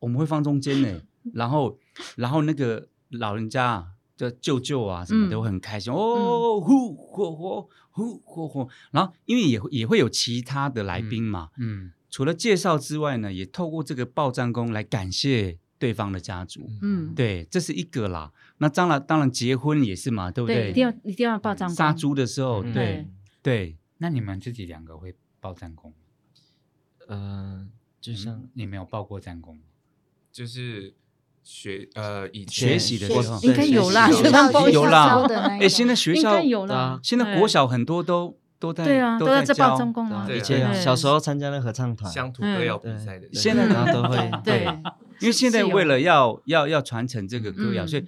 S1: 我们会放中间呢。然后，然后那个老人家啊的舅舅啊什么的，
S3: 嗯
S1: 会很开心、哦，呼火火呼火火。然后，因为也会也会有其他的来宾嘛，
S5: 嗯
S1: 除了介绍之外呢，也透过这个报战功来感谢对方的家族。
S7: 음.
S3: 嗯，
S1: 对，这是一个啦。那当然，当然结婚也是啊嘛，对不
S3: 对，
S1: 对？
S3: 一定要一定要报战功
S1: 杀猪的时候，
S6: 嗯
S7: 네.
S1: 对对，
S5: 那你们自己两个会报战功吗？
S7: 呃，就像
S5: 嗯你没有报过战功吗？
S6: 就是学呃以
S1: 学
S6: 前
S1: 习的
S4: 学
S1: 时候
S3: 应该有啦，
S4: 学
S3: 学
S4: 校
S3: 校
S4: 报
S3: 报
S4: 一
S1: 有
S4: 下
S1: 啦
S4: 招的那一
S1: 哎，现
S4: 种
S1: 在学
S3: 应
S1: 校
S3: 该有啦
S7: 啊，
S1: 现在
S3: 哎
S1: 国小很多都都在
S3: 对啊，都要在报
S1: 教
S3: 战功啊
S7: 对啊，以
S6: 对啊
S7: 前小时候参加那合唱团，
S6: 乡土
S4: 嗯
S6: 歌谣比
S7: 啊对
S6: 赛的，
S7: 对
S1: 现在
S7: 然后都会
S3: 对，
S1: 因为现在
S3: 是有
S1: 为了要要要传承这个歌谣，
S3: 嗯
S1: 所以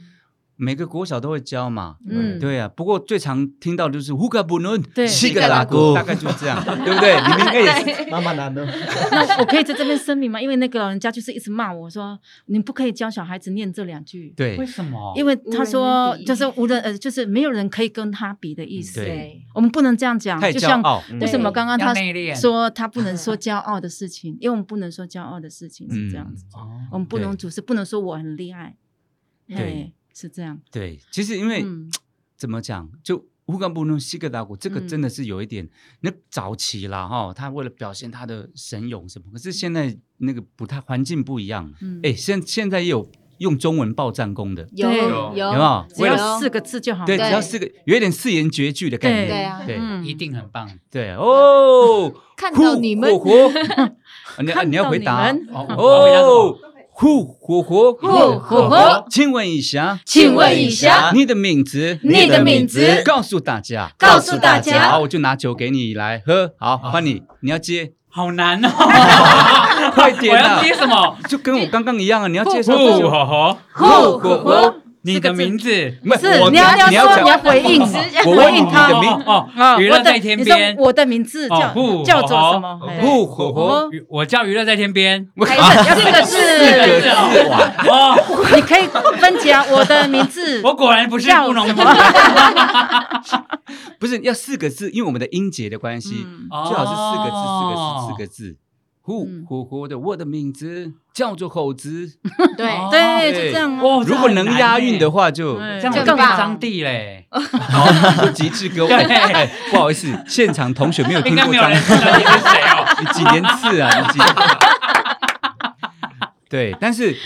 S1: 每个国小都会教嘛。
S3: 嗯，
S1: 对啊，不过最常听到就是胡格布伦，
S3: 对
S1: 西格
S7: 西格
S1: 拉
S7: 拉
S1: 古，
S7: 古
S1: 大概就是这样，对不对？你们应该 也是，
S7: 妈妈难的，
S3: 那我可以在这边声明吗？因为那个老人家就是一直骂我说，你不可以教小孩子念这两句，
S1: 对
S5: 为，什么？
S3: 因为他
S4: 无
S3: 说
S4: 人能比
S3: 就是无人呃，就是没有人可以跟他比的意思。
S1: 对
S4: 对，
S3: 我们不能这样讲，
S1: 太
S3: 就
S1: 骄
S3: 像
S1: 傲，
S7: 嗯
S3: 为什么刚刚
S5: 要
S3: 他
S5: 内敛
S3: 说他不能说骄傲的事情，因为我们不能说骄傲的事情
S1: 嗯
S3: 是这样子，
S5: 哦
S3: 我们不能
S1: 对
S3: 主是不能说我很厉害，
S1: 对
S3: 嘿，是这样，
S1: 对，其实因为、
S3: 嗯
S1: 怎么讲，就乌干布努西格达古这个
S3: 嗯
S1: 真的是有一点，那早期啦哈，他为了表现他的神勇什么，可是现在那个不太环境不一样，
S3: 嗯，
S1: 哎，现现在也有用中文报战功的，
S4: 有
S3: 对
S4: 有
S6: 有
S1: 有没有？
S3: 只
S1: 为了
S3: 要四个字就好。
S1: 对，
S4: 对
S1: 只要四个，有一点四言绝句的感
S3: 啊对
S1: 觉，
S4: 对啊
S1: 对
S3: 嗯
S5: 一定很棒。
S1: 对哦，
S4: 看到你们
S1: 火火，啊你要
S3: 看
S1: 你要
S3: 到
S1: 回
S3: 你
S1: 答
S3: 们
S5: 哦，我回答什
S1: 哦
S5: 么，
S1: 呼火火
S4: 呼火火，
S1: 请问一下，
S4: 请问一下
S1: 你的名字，
S4: 你的名字
S1: 告诉大家，
S4: 告诉大家
S1: 好，我就拿酒给你来喝，好，
S5: 啊
S1: 换你，你要接，
S5: 好难哦，
S1: 快点啊
S5: 我要接什么？
S1: 就跟我刚刚一样啊，你要介绍自己
S5: 不，。好好，
S1: 呼火火，
S5: 你的名字
S1: 不
S3: 是
S1: 我
S3: 你要
S1: 你
S3: 你要说你要
S1: 讲，
S3: 回应，
S1: 我
S3: 回
S1: 问
S3: 应
S1: 你
S3: 他
S1: 的名
S5: 哦哦哦
S3: 啊，
S5: 娱
S3: 我
S5: 乐
S3: 的
S5: 在天
S3: 你知道
S5: 边
S3: 我的名字
S5: 哦
S3: 叫
S5: 不
S3: 叫做什么
S5: 哦？
S3: 哎
S1: 呼火火，
S5: 娱我叫娱乐在天边。
S3: 还是要四个 字，
S1: 是哇，
S5: 哦，
S3: 你可以分解啊我的 名字。
S5: 我果然不是
S3: 叫
S5: 布农族。
S1: 不是要四个字，因为我们的音节的关系，
S3: 嗯
S5: 哦
S1: 最好是四个字，四个字，四个
S5: 字。
S1: 字。呼
S3: 嗯
S1: 呼呼的，我的名字叫做猴子。
S4: 对
S5: 哦
S1: 哎
S3: 对，就这样啊。
S5: 哦
S1: 如果能押韵的话，就
S3: 对
S5: 这样
S4: 就
S5: 更
S4: 棒
S5: 张帝嘞，
S1: 好极致 歌。
S5: 对
S1: 哎，不好意思，现场同学没有
S5: 应
S1: 听
S5: 该
S1: 过
S5: 没有
S1: 张
S5: 人知道你是谁哦。
S1: 你几年 次啊？你几？对，但是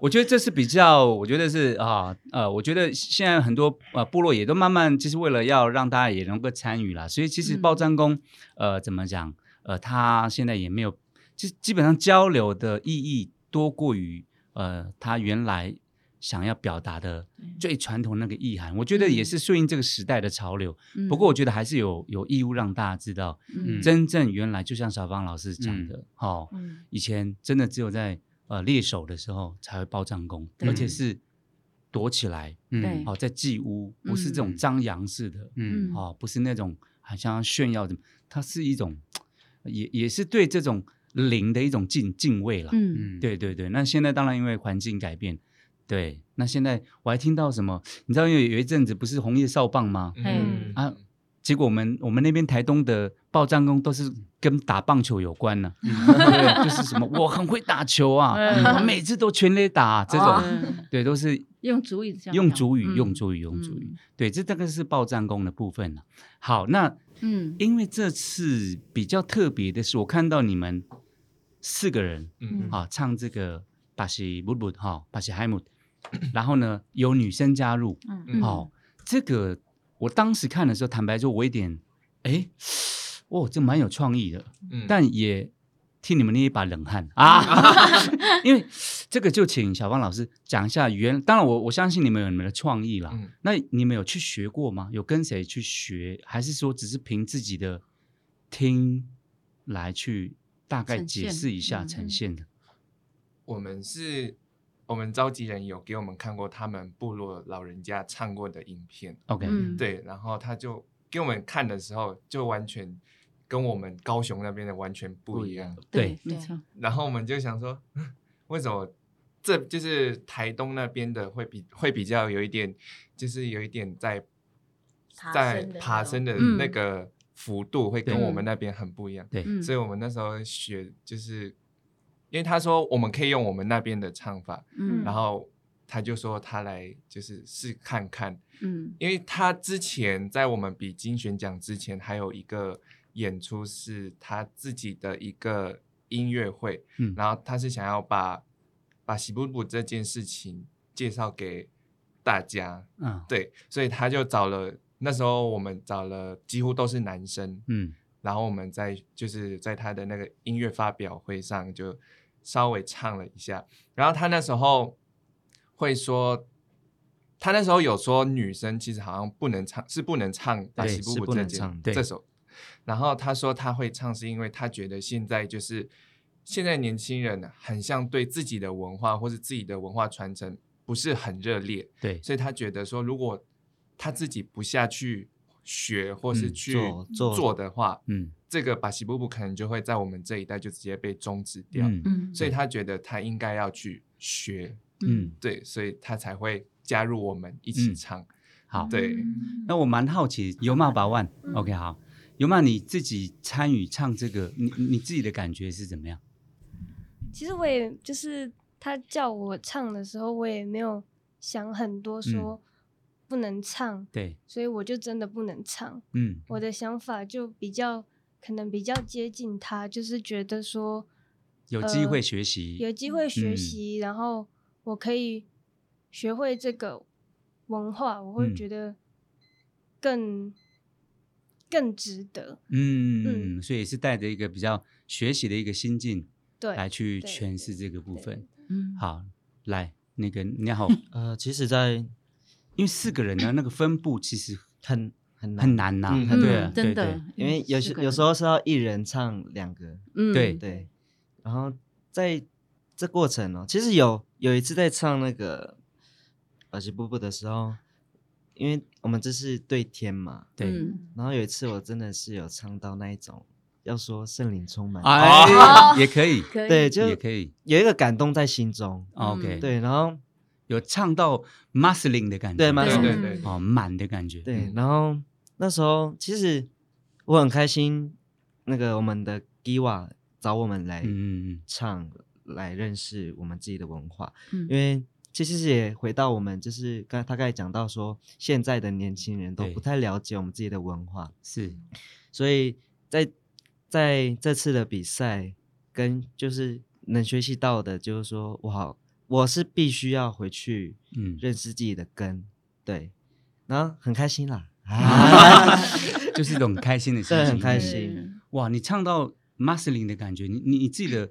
S1: 我觉得这是比较，我觉得是啊，呃，我觉得现在很多呃部落也都慢慢，就是为了要让大家也能够参与啦，所以其实
S3: 嗯
S1: 报章工，呃，怎么讲，呃，他现在也没有，就是基本上交流的意义多过于呃他原来想要表达的最传统那个意涵，我觉得也是顺应这个时代的潮流，
S3: 嗯
S1: 不过我觉得还是有有义务让大家知道，
S5: 嗯
S1: 真正原来就像小芳老师讲的，哦，
S3: 嗯
S1: 以前真的只有在呃猎手的时候才会包帐弓，
S5: 对
S1: 而且是躲起来，
S5: 嗯
S1: 哦，在祭屋，不是这种
S5: 嗯
S1: 张扬式的，
S5: 嗯
S1: 哦，不是那种好像要炫耀的，它是一种，也也是对这种灵的一种敬敬畏啦。
S3: 嗯，
S5: 嗯，
S1: 对对对，那现在当然因为环境改变，对，那现在我还听到什么？你知道，因为有一阵子不是红叶哨棒吗？
S3: 嗯
S1: 啊，结果我们我们那边台东的报账工都
S3: 嗯
S1: 是跟打棒球有关呢、 对，就是什么我很会打球 啊，
S3: 嗯
S1: 我每次都全垒打、这
S4: 哇
S1: 种，
S3: 嗯
S1: 对，都是
S3: 用主语这样
S1: 用
S3: 讲
S1: 主语，用
S3: 嗯
S1: 主语，用主语
S3: 嗯，
S1: 对，这大概是报账工的部分了、好，那
S3: 嗯
S1: 因为这次比较特别的是，我看到你们四个人
S6: 嗯
S1: 啊唱这个巴西布布哈巴西海姆，然后呢有女生加入，
S3: 嗯
S1: 哦，这个我当时看的时候，坦白说，我有点，哎，哦，这蛮有创意的，
S6: 嗯
S1: 但也替你们捏一把冷汗啊， 因为这个就请小芳老师讲一下原，当然我我相信你们有你们的创意啦，
S6: 嗯
S1: 那你们有去学过吗？有跟谁去学，还是说只是凭自己的听来去大概
S3: 呈
S1: 解
S3: 现
S1: 释一下
S3: 嗯
S1: 呈现的？
S6: 我们是，我们召集人有给我们看过他们部落老人家唱过的影片，
S1: OK，
S3: 嗯，
S6: 对，然后他就给我们看的时候，就完全跟我们高雄那边的完全不一样。
S1: 对
S3: 对，没错，
S6: 然后我们就想说，嗯为什么这就是台东那边的会比会比较有一点，就是有一点在
S4: 爬
S6: 在
S4: 升的
S6: 爬
S4: 那种
S6: 升的
S3: 嗯
S6: 那个幅度会跟
S1: 对
S6: 我们那边很不一样。
S1: 对，
S3: 嗯
S6: 所以我们那时候学就是，因为他说我们可以用我们那边的唱法，
S3: 嗯
S6: 然后他就说他来就是试看看，
S3: 嗯
S6: 因为他之前在我们比金选奖之前还有一个演出是他自己的一个音乐会，
S1: 嗯
S6: 然后他是想要把把喜布布这件事情介绍给大家，
S1: 嗯
S6: 对，所以他就找了那时候我们找了几乎都是男生，
S1: 嗯
S6: 然后我们在就是在他的那个音乐发表会上就稍微唱了一下，然后他那时候会说，他那时候有说女生其实好像不能唱，是不能唱《巴西布
S7: 是
S6: 布
S7: 不
S6: 这
S7: 能
S6: 件
S7: 唱
S1: 对
S6: 这首，然后他说他会唱是因为他觉得现在就是现在年轻人很像对自己的文化或是自己的文化传承不是很热烈，
S1: 对，
S6: 所以他觉得说，如果他自己不下去学或是
S1: 嗯
S6: 去
S7: 做做
S6: 的话，
S1: 嗯
S6: 这个巴西布布可能就会在我们这一代就直接被终止掉。
S1: 嗯
S3: 嗯
S6: 所以他觉得他应该要去学，
S1: 嗯，
S6: 对，所以他才会加入我们一起
S1: 嗯
S6: 唱。
S1: 好。
S6: 对，
S3: 嗯
S1: 那我蛮好奇，尤玛百万、
S4: 嗯
S1: o k 好，尤玛你自己参与唱这个，你你你自己的感觉是怎么样？
S8: 其实我也就是他叫我唱的时候，我也没有想很多说，不能唱，
S1: 对，
S8: 所以我就真的不能唱。
S1: 嗯，
S8: 我的想法就比较可能比较接近他，就是觉得说
S1: 有机会
S8: 呃
S1: 学习，
S8: 有机会学
S1: 嗯
S8: 习，然后我可以学会这个文化，我会
S1: 嗯
S8: 觉得更、更值得。
S1: 嗯，所以是带着一个比较学习的一个心境
S8: 对，
S1: 来去
S8: 对
S1: 诠释
S8: 对
S1: 这个部
S8: 对
S1: 分。
S3: 嗯，
S1: 好，来那个你好，
S7: 呃，其实，在
S1: 因为四个人呢，那个分布其实
S7: 很很难
S1: 很，难呐，
S7: 嗯
S1: 对对
S3: 嗯真的，
S7: 因为有时有时
S3: 候，
S7: 候是要一人唱两个，
S3: 嗯，
S1: 对
S7: 对，然后在这过程哦，其实有有一次在唱那个《耳机布布》的时候，因为我们这是对天嘛，
S1: 对对。
S3: 嗯
S7: 然后有一次我真的是有唱到那一种要说圣灵充满，
S1: 哎，也可以，
S4: 可以
S7: 对，就
S1: 也可以。哦
S7: 有一个感动在心中，
S1: OK，，
S7: 对，然后
S1: 有唱到 muscling 的感觉，
S6: 对
S7: 对 muscling
S6: 对对，
S1: 哦，满的感觉，
S7: 对，
S1: 嗯，
S7: 然后那时候其实我很开心，那个我们的 Giwa 找我们来
S1: 嗯嗯
S7: 唱，来认识我们自己的文化，
S3: 嗯
S7: 因为其实也回到我们就是刚他刚才讲到说，现在的年轻人都
S1: 对
S7: 不太了解我们自己的文化，
S1: 是，
S7: 所以在在这次的比赛跟就是能学习到的，就是说我好，我是必须要回去
S1: 嗯，
S7: 认识自己的根，对，然后很开 心啦。
S1: 就是一种很开心的心
S7: 对
S1: 情，
S7: 很开
S1: 嗯
S7: 心
S1: 哇，你唱到 muscling 的感觉，你你你自己的，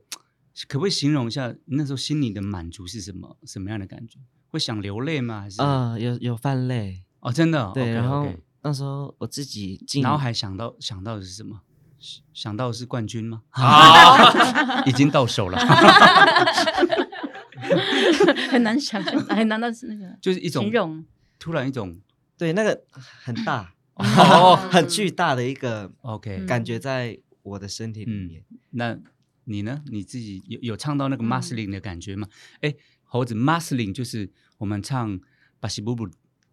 S1: 可不可以形容一下那时候心里的满足是什么什么样的感觉？会想流泪吗？还是
S7: 啊、有有泛泪，
S1: 哦，真的哦
S7: 对
S1: OK，
S7: 然后
S1: OK
S7: 那时候我自己进
S1: 脑海想到想到的是什么？想想到的是冠军 吗？
S6: 好，
S1: 已经到手了，
S3: 嗯很难想象，很难到那个
S1: 就是一种
S3: 形容，
S1: 突然一种
S7: 对那个很大
S1: 哦
S3: 嗯
S7: 很巨大的一个
S1: OK，
S7: 感觉在我的身体里面。
S1: 那你呢？你自己有有唱到那个 muscling 的感觉吗？哎、猴子 muscling 就是我们唱巴西布布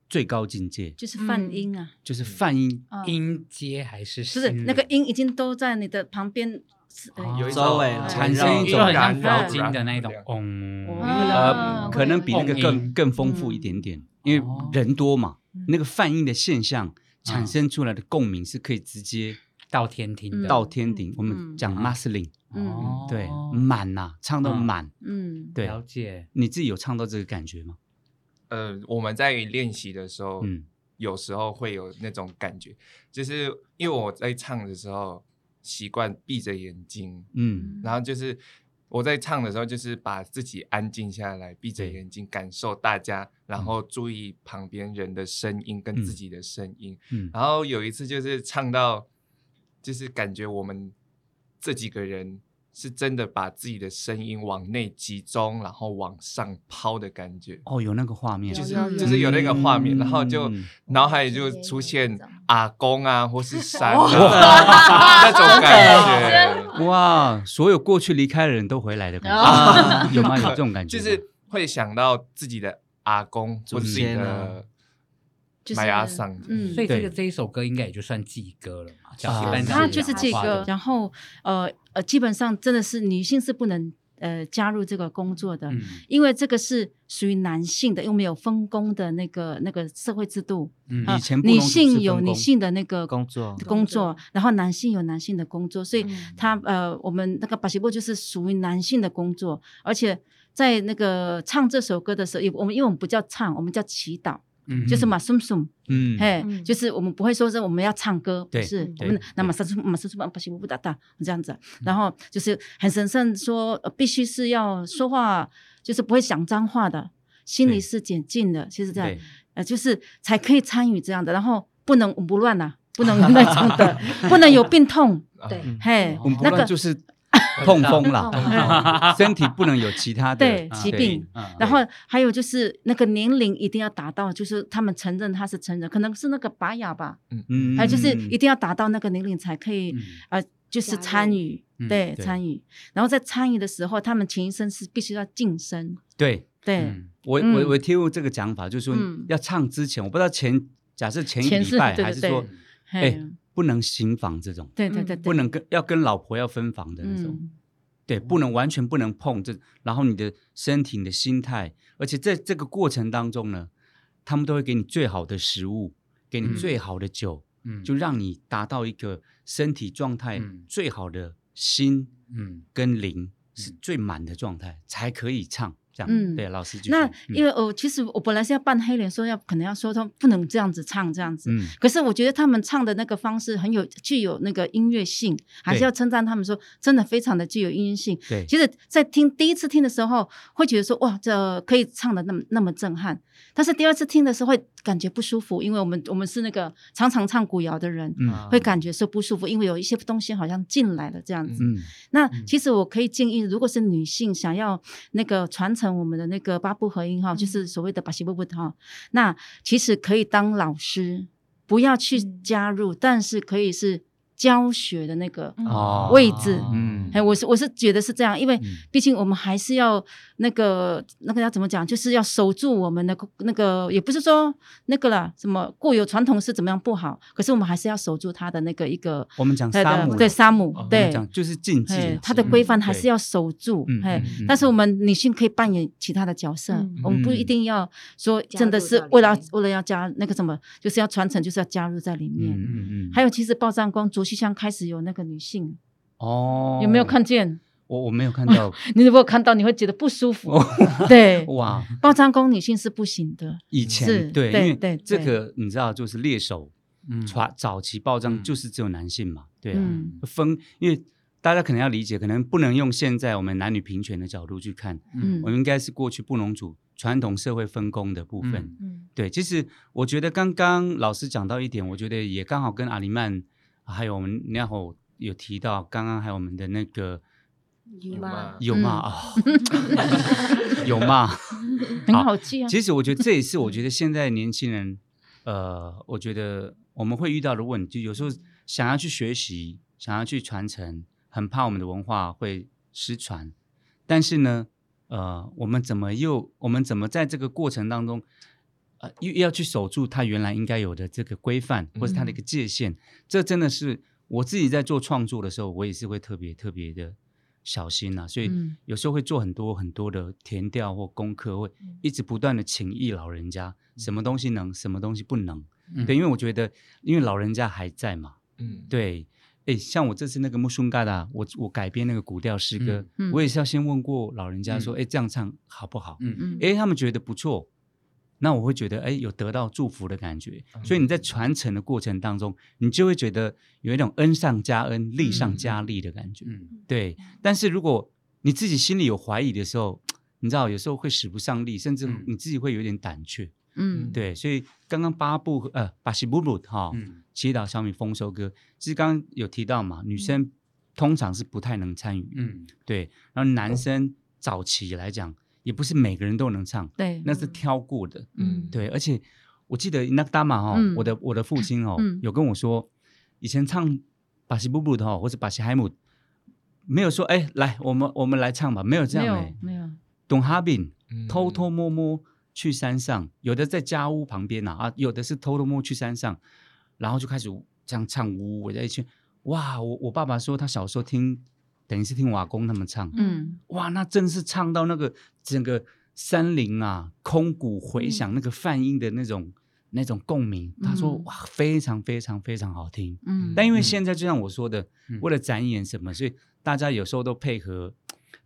S1: 最高境界，
S3: 就是泛音啊，
S1: 就是泛音
S5: 哦
S2: 嗯
S5: 音阶还是
S3: 就
S5: 不
S3: 是那个音已经都在你的旁边，是呃
S1: 哦
S3: 有一种
S7: 周围
S3: 哦
S1: 产生一
S5: 一
S1: 种
S5: 种很像
S3: 感
S5: 佛经的那种，嗡
S3: 哦
S1: 呃，
S2: 嗯
S1: 可能比那个
S5: 碰
S1: 更
S5: 音
S1: 更丰富一点点，因为
S5: 哦
S1: 人多嘛，那个泛音的现
S6: 嗯
S1: 象产生出来的共鸣是可以直接
S5: 到天听的，
S1: 到天顶。我们
S3: 嗯
S1: 讲 muscling，
S3: 嗯
S5: 哦
S1: 对，满呐，唱到
S5: 嗯
S1: 满，
S3: 嗯，
S1: 对。
S5: 了解，
S1: 你自己有唱到这个感觉吗？
S6: 呃，我们在练习的时候，
S1: 嗯
S6: 有时候会有那种感觉，就是因为我在唱的时候习惯闭着眼睛，
S1: 嗯，
S6: 然后就是我在唱的时候，就是把自己安静下来，闭着
S1: 对
S6: 眼睛感受大家，然后注意旁边人的声音跟
S1: 嗯
S6: 自己的声音。
S1: 嗯
S6: 然后有一次就是唱到，就是感觉我们这几个人是真的把自己的声音往内集中，然后往上抛的感觉。
S1: 哦，有那个画面，
S6: 就是
S2: 有有
S6: 就是有那个画面，
S1: 嗯
S6: 然后就
S1: 嗯
S6: 脑海里
S2: 我
S6: 就
S2: 觉得
S6: 出
S2: 有
S6: 现
S2: 那种
S6: 阿公啊，或是山啊 那种感觉。
S1: 哇，所有过去离开的人都回来的感
S3: 哦
S1: 觉，
S7: 啊
S1: 有 吗？有这种感觉
S6: 就
S1: 吗？啊
S6: 是会想到自己的阿公或者自己
S7: 祖先啊
S6: 的
S3: 就是
S6: 麦阿桑，
S3: 嗯
S5: 所以这个
S1: 对
S5: 这一首歌应该也就算祭歌了嘛，讲
S1: 啊
S5: 一般
S3: 它
S5: 上
S3: 就是这
S5: 讲话
S3: 个，
S5: 的
S3: 然后呃呃，基本上真的是女性是不能呃加入这个工作的，
S5: 嗯
S3: 因为这个是属于男性的，因为我们有分工的那个那个社会制度，
S5: 嗯
S3: 啊
S1: 以前不能
S3: 女
S1: 组织
S3: 性有
S1: 分工
S3: 女性的那个
S7: 工作
S3: 的工作，然后男性有男性的工作，所以
S2: 嗯
S3: 他呃，我们那个巴西布就是属于男性的工作，而且在那个唱这首歌的时候，也我们因为我们不叫唱，我们叫祈祷，
S5: 嗯
S3: 就是马松松。
S1: 嗯，
S3: 嘿，
S2: 嗯
S3: 就是我们不会说是我们要唱歌，
S1: 对
S3: 不是
S2: 对
S3: 我们那
S1: 对嗯
S3: 马上出马上出不行不哒哒这样子，然后就是很神圣说，呃必须是要说话，就是不会讲脏话的，心
S1: 对
S3: 里是简净的，其实这样
S1: 对，
S3: 呃，就是才可以参与这样的，然后不能不乱呐、不能有那种的，不能有病痛，
S2: 对
S6: 嗯
S3: 嘿
S1: 我们，不
S3: 那
S1: 断
S3: 个哦
S1: 就是 痛风啦，
S2: 痛风
S1: 身体不能有其他的 啊
S3: 对疾病。
S5: 嗯
S3: 然后还有就是那个年龄一定要达到，就是他们承认他是成人，可能是那个拔牙吧，
S1: 嗯
S3: 哎，就是
S1: 嗯
S3: 一定要达到那个年龄才可以
S5: 嗯，
S3: 呃，就是
S2: 加入
S3: 参与
S5: 嗯，
S3: 对，
S1: 对
S3: 参与。然后在参与的时候，他们前一生是必须要晋升，
S1: 对
S3: 对，
S5: 嗯
S1: 我
S3: 嗯
S1: 我我听过这个讲法，就是说
S3: 嗯
S1: 要唱之前，我不知道前假设前一个
S3: 前
S1: 礼
S3: 世
S1: 拜
S3: 对
S1: 还是
S3: 对
S1: 说，
S3: 嘿
S1: 哎，不能行房这种，
S3: 对对对，对
S1: 不能跟要跟老婆要分房的那种。
S3: 嗯
S1: 对，不能完全不能碰这，然后你的身体、你的心态，而且在这个过程当中呢，他们都会给你最好的食物，给你
S5: 嗯
S1: 最好的酒，
S5: 嗯，
S1: 就让你达到一个身体状态
S5: 嗯
S1: 最好的心
S5: 嗯
S1: 跟灵是最满的状态，才可以唱。这样，
S3: 嗯
S1: 对，老师就
S3: 那
S1: 嗯
S3: 因为我其实我本来是要扮黑脸，说要可能要说他不能这样子唱这样子，
S1: 嗯，
S3: 可是我觉得他们唱的那个方式很有具有那个音乐性，还是
S1: 对
S3: 要称赞他们说真的非常的具有音乐性。
S1: 对，
S3: 其实，在听第一次听的时候，会觉得说哇，这可以唱的那么那么震撼。但是第二次听的时候，会感觉不舒服，因为我们我们是那个常常唱古谣的人，
S7: 啊
S1: 嗯
S3: 会感觉说不舒服，因为有一些东西好像进来了这样子。
S1: 嗯
S3: 那其实我可以建议，如果是女性想要那个传承我们的那个八部合音
S1: 嗯
S3: 哈，就是所谓的巴西布布哈，那其实可以当老师，不要去
S4: 嗯
S3: 加入，但是可以是教学的那个。
S4: 嗯
S1: 哦
S3: 位置
S1: 嗯
S3: 哎，我是我是觉得是这样，因为
S1: 嗯
S3: 毕竟我们还是要那个那个要怎么讲，就是要守住我们那个那个，也不是说那个啦，什么固有传统是怎么样不好，可是我们还是要守住它的那个一个
S1: 我们讲
S3: 它的
S1: 沙姆
S3: 对沙
S1: 我
S3: 姆
S1: 们
S3: 对，
S1: 讲就是禁忌
S3: 嘿
S1: 了，
S3: 它的
S1: 嗯
S3: 规范还
S1: 对
S3: 是要守住
S1: 嗯，
S3: 嘿
S1: 嗯嗯，
S3: 但是我们女性可以扮演其他的角色
S4: 嗯，
S3: 我们不
S1: 嗯
S3: 一定要说
S4: 加
S3: 真的
S4: 入
S3: 是
S4: 到里
S3: 为了
S4: 面
S3: 为了要加那个什么，就是要传承，就是要加入在里面。
S1: 嗯嗯嗯，
S3: 还有，其实报账光竹溪乡开始有那个女性，
S1: 哦，
S3: 有没有看？见？
S1: 我我没有看 到，
S3: 你如果看到，你会觉得不舒服。
S1: 哦
S3: 对，
S1: 哇，
S3: 报账光女性是不行的。
S1: 以前
S3: 是
S1: 对，
S3: 对
S1: 因为
S3: 对
S1: 这
S3: 对
S1: 个你知道，就是猎手
S5: 嗯
S1: 传早期报章
S5: 嗯
S1: 就是只有男性嘛，对啊，
S3: 嗯
S1: 分因为大家可能要理解，可能不能用现在我们男女平权的角度去看，
S5: 嗯
S1: 我们应该是过去布农族传统社会分工的部分。
S5: 嗯
S4: 嗯
S1: 对，其实我觉得刚刚老师讲到一点，我觉得也刚好跟阿里曼还有我们那会儿有提到，刚刚还有我们的那个
S4: 有吗？
S1: 有嘛啊、
S5: 嗯
S1: 哦 有嘛。
S3: 很好记啊。
S1: 其实我觉得这也是我觉得现在年轻人，呃，我觉得我们会遇到的问题，就有时候想要去学习，想要去传承，很怕我们的文化会失传。但是呢，呃，我们怎么又我们怎么在这个过程当中，呃，又又要去守住它原来应该有的这个规范，或是它的一个界限？这真的是我自己在做创作的时候，我也是会特别特别的小心啊，所以
S3: 嗯
S1: 有时候会做很多很多的填调或功课，会一直不断的请益老人家，什么东西能，什么东西不能。
S5: 嗯
S1: 对，因为我觉得，因为老人家还在嘛，
S6: 嗯，
S1: 对。诶，像我这次那个木松嘎达，我我改编那个古调诗歌，
S3: 嗯嗯
S1: 我也是要先问过老人家说，诶，这样唱好不好？
S5: 嗯
S3: 嗯，
S1: 诶，他们觉得不错，那我会觉得哎，诶有得到祝福的感觉。所以你在传承的过程当中，你就会觉得有一种恩上加恩、利上加利的感觉。
S5: 嗯
S1: 对，但是如果你自己心里有怀疑的时候，你知道有时候会使不上力，甚至
S5: 嗯
S1: 你自己会有点胆怯。
S3: 嗯
S1: 对，所以刚刚八部呃巴西布鲁哈
S5: 嗯
S1: 祈祷小米丰收歌，其实刚刚有提到嘛，女生通常是不太能参与，
S5: 嗯
S1: 对，然后男生早期来讲也不是每个人都能唱，
S3: 对，
S1: 那是挑过的，
S3: 嗯
S1: 对，而且我记得那个大马哦，
S3: 嗯
S1: 我的我的父亲哦，
S3: 嗯
S1: 有跟我说，以前唱巴西布布的哦，或者巴西海姆，没有说哎，来我们我们来唱吧，没有这
S3: 没
S1: 样
S3: 有
S1: 哎，
S3: 没有，
S1: 董哈bin
S6: 嗯
S1: 偷偷摸摸去山上，有的在家屋旁边呐啊有的是偷偷摸去山上，然后就开始这样唱呜，我在一圈，哇，我我爸爸说他小时候听，等于是听瓦工他们唱，
S3: 嗯
S1: 哇，那真是唱到那个整个山林啊，空谷
S5: 嗯
S1: 回响、那个泛音的那种那种共鸣。他说、
S3: 嗯
S1: 哇，非常非常非常好听。
S3: 嗯，
S1: 但因为
S5: 嗯
S1: 现在就像我说的，
S5: 嗯
S1: 为了展演什么，所以大家有时候都配合、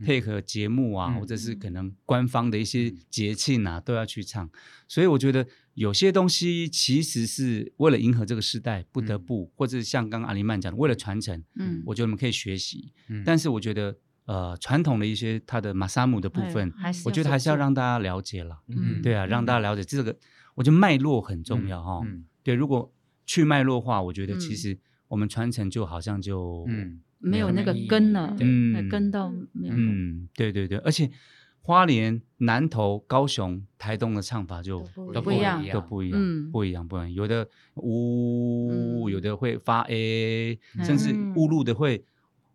S1: 配合节目啊，
S5: 嗯
S1: 或者是可能官方的一些节庆啊，都要去唱。所以我觉得有些东西其实是为了迎合这个时代，不得
S5: 嗯
S1: 不，或者像刚刚阿里曼讲的，为了传承，
S3: 嗯
S1: 我觉得我们可以学习。
S5: 嗯，
S1: 但是我觉得，呃，传统的一些它的马萨姆的部分，
S3: 哎还是
S1: 我觉得还是要
S3: 守住
S1: 让大家了解了。
S5: 嗯
S1: 对啊，让大家了解这个，我觉得脉络很重要哈、哦。
S5: 嗯
S1: 对，如果去脉络化，我觉得其
S3: 嗯
S1: 实我们传承就好像就嗯
S5: 嗯
S3: 没有
S5: 没
S3: 那
S5: 有
S3: 个
S5: 意义
S3: 根了，呃
S1: 对嗯
S3: 根到没有了。
S1: 嗯，对对对，而且花莲、南投、高雄、台东的唱法就
S4: 都不
S5: 都
S3: 不一样
S1: 都不一样，
S3: 嗯
S1: 不一样，不一样。有的呜，
S3: 嗯
S1: 有的会发 a，甚至
S4: 嗯
S1: 呜路的会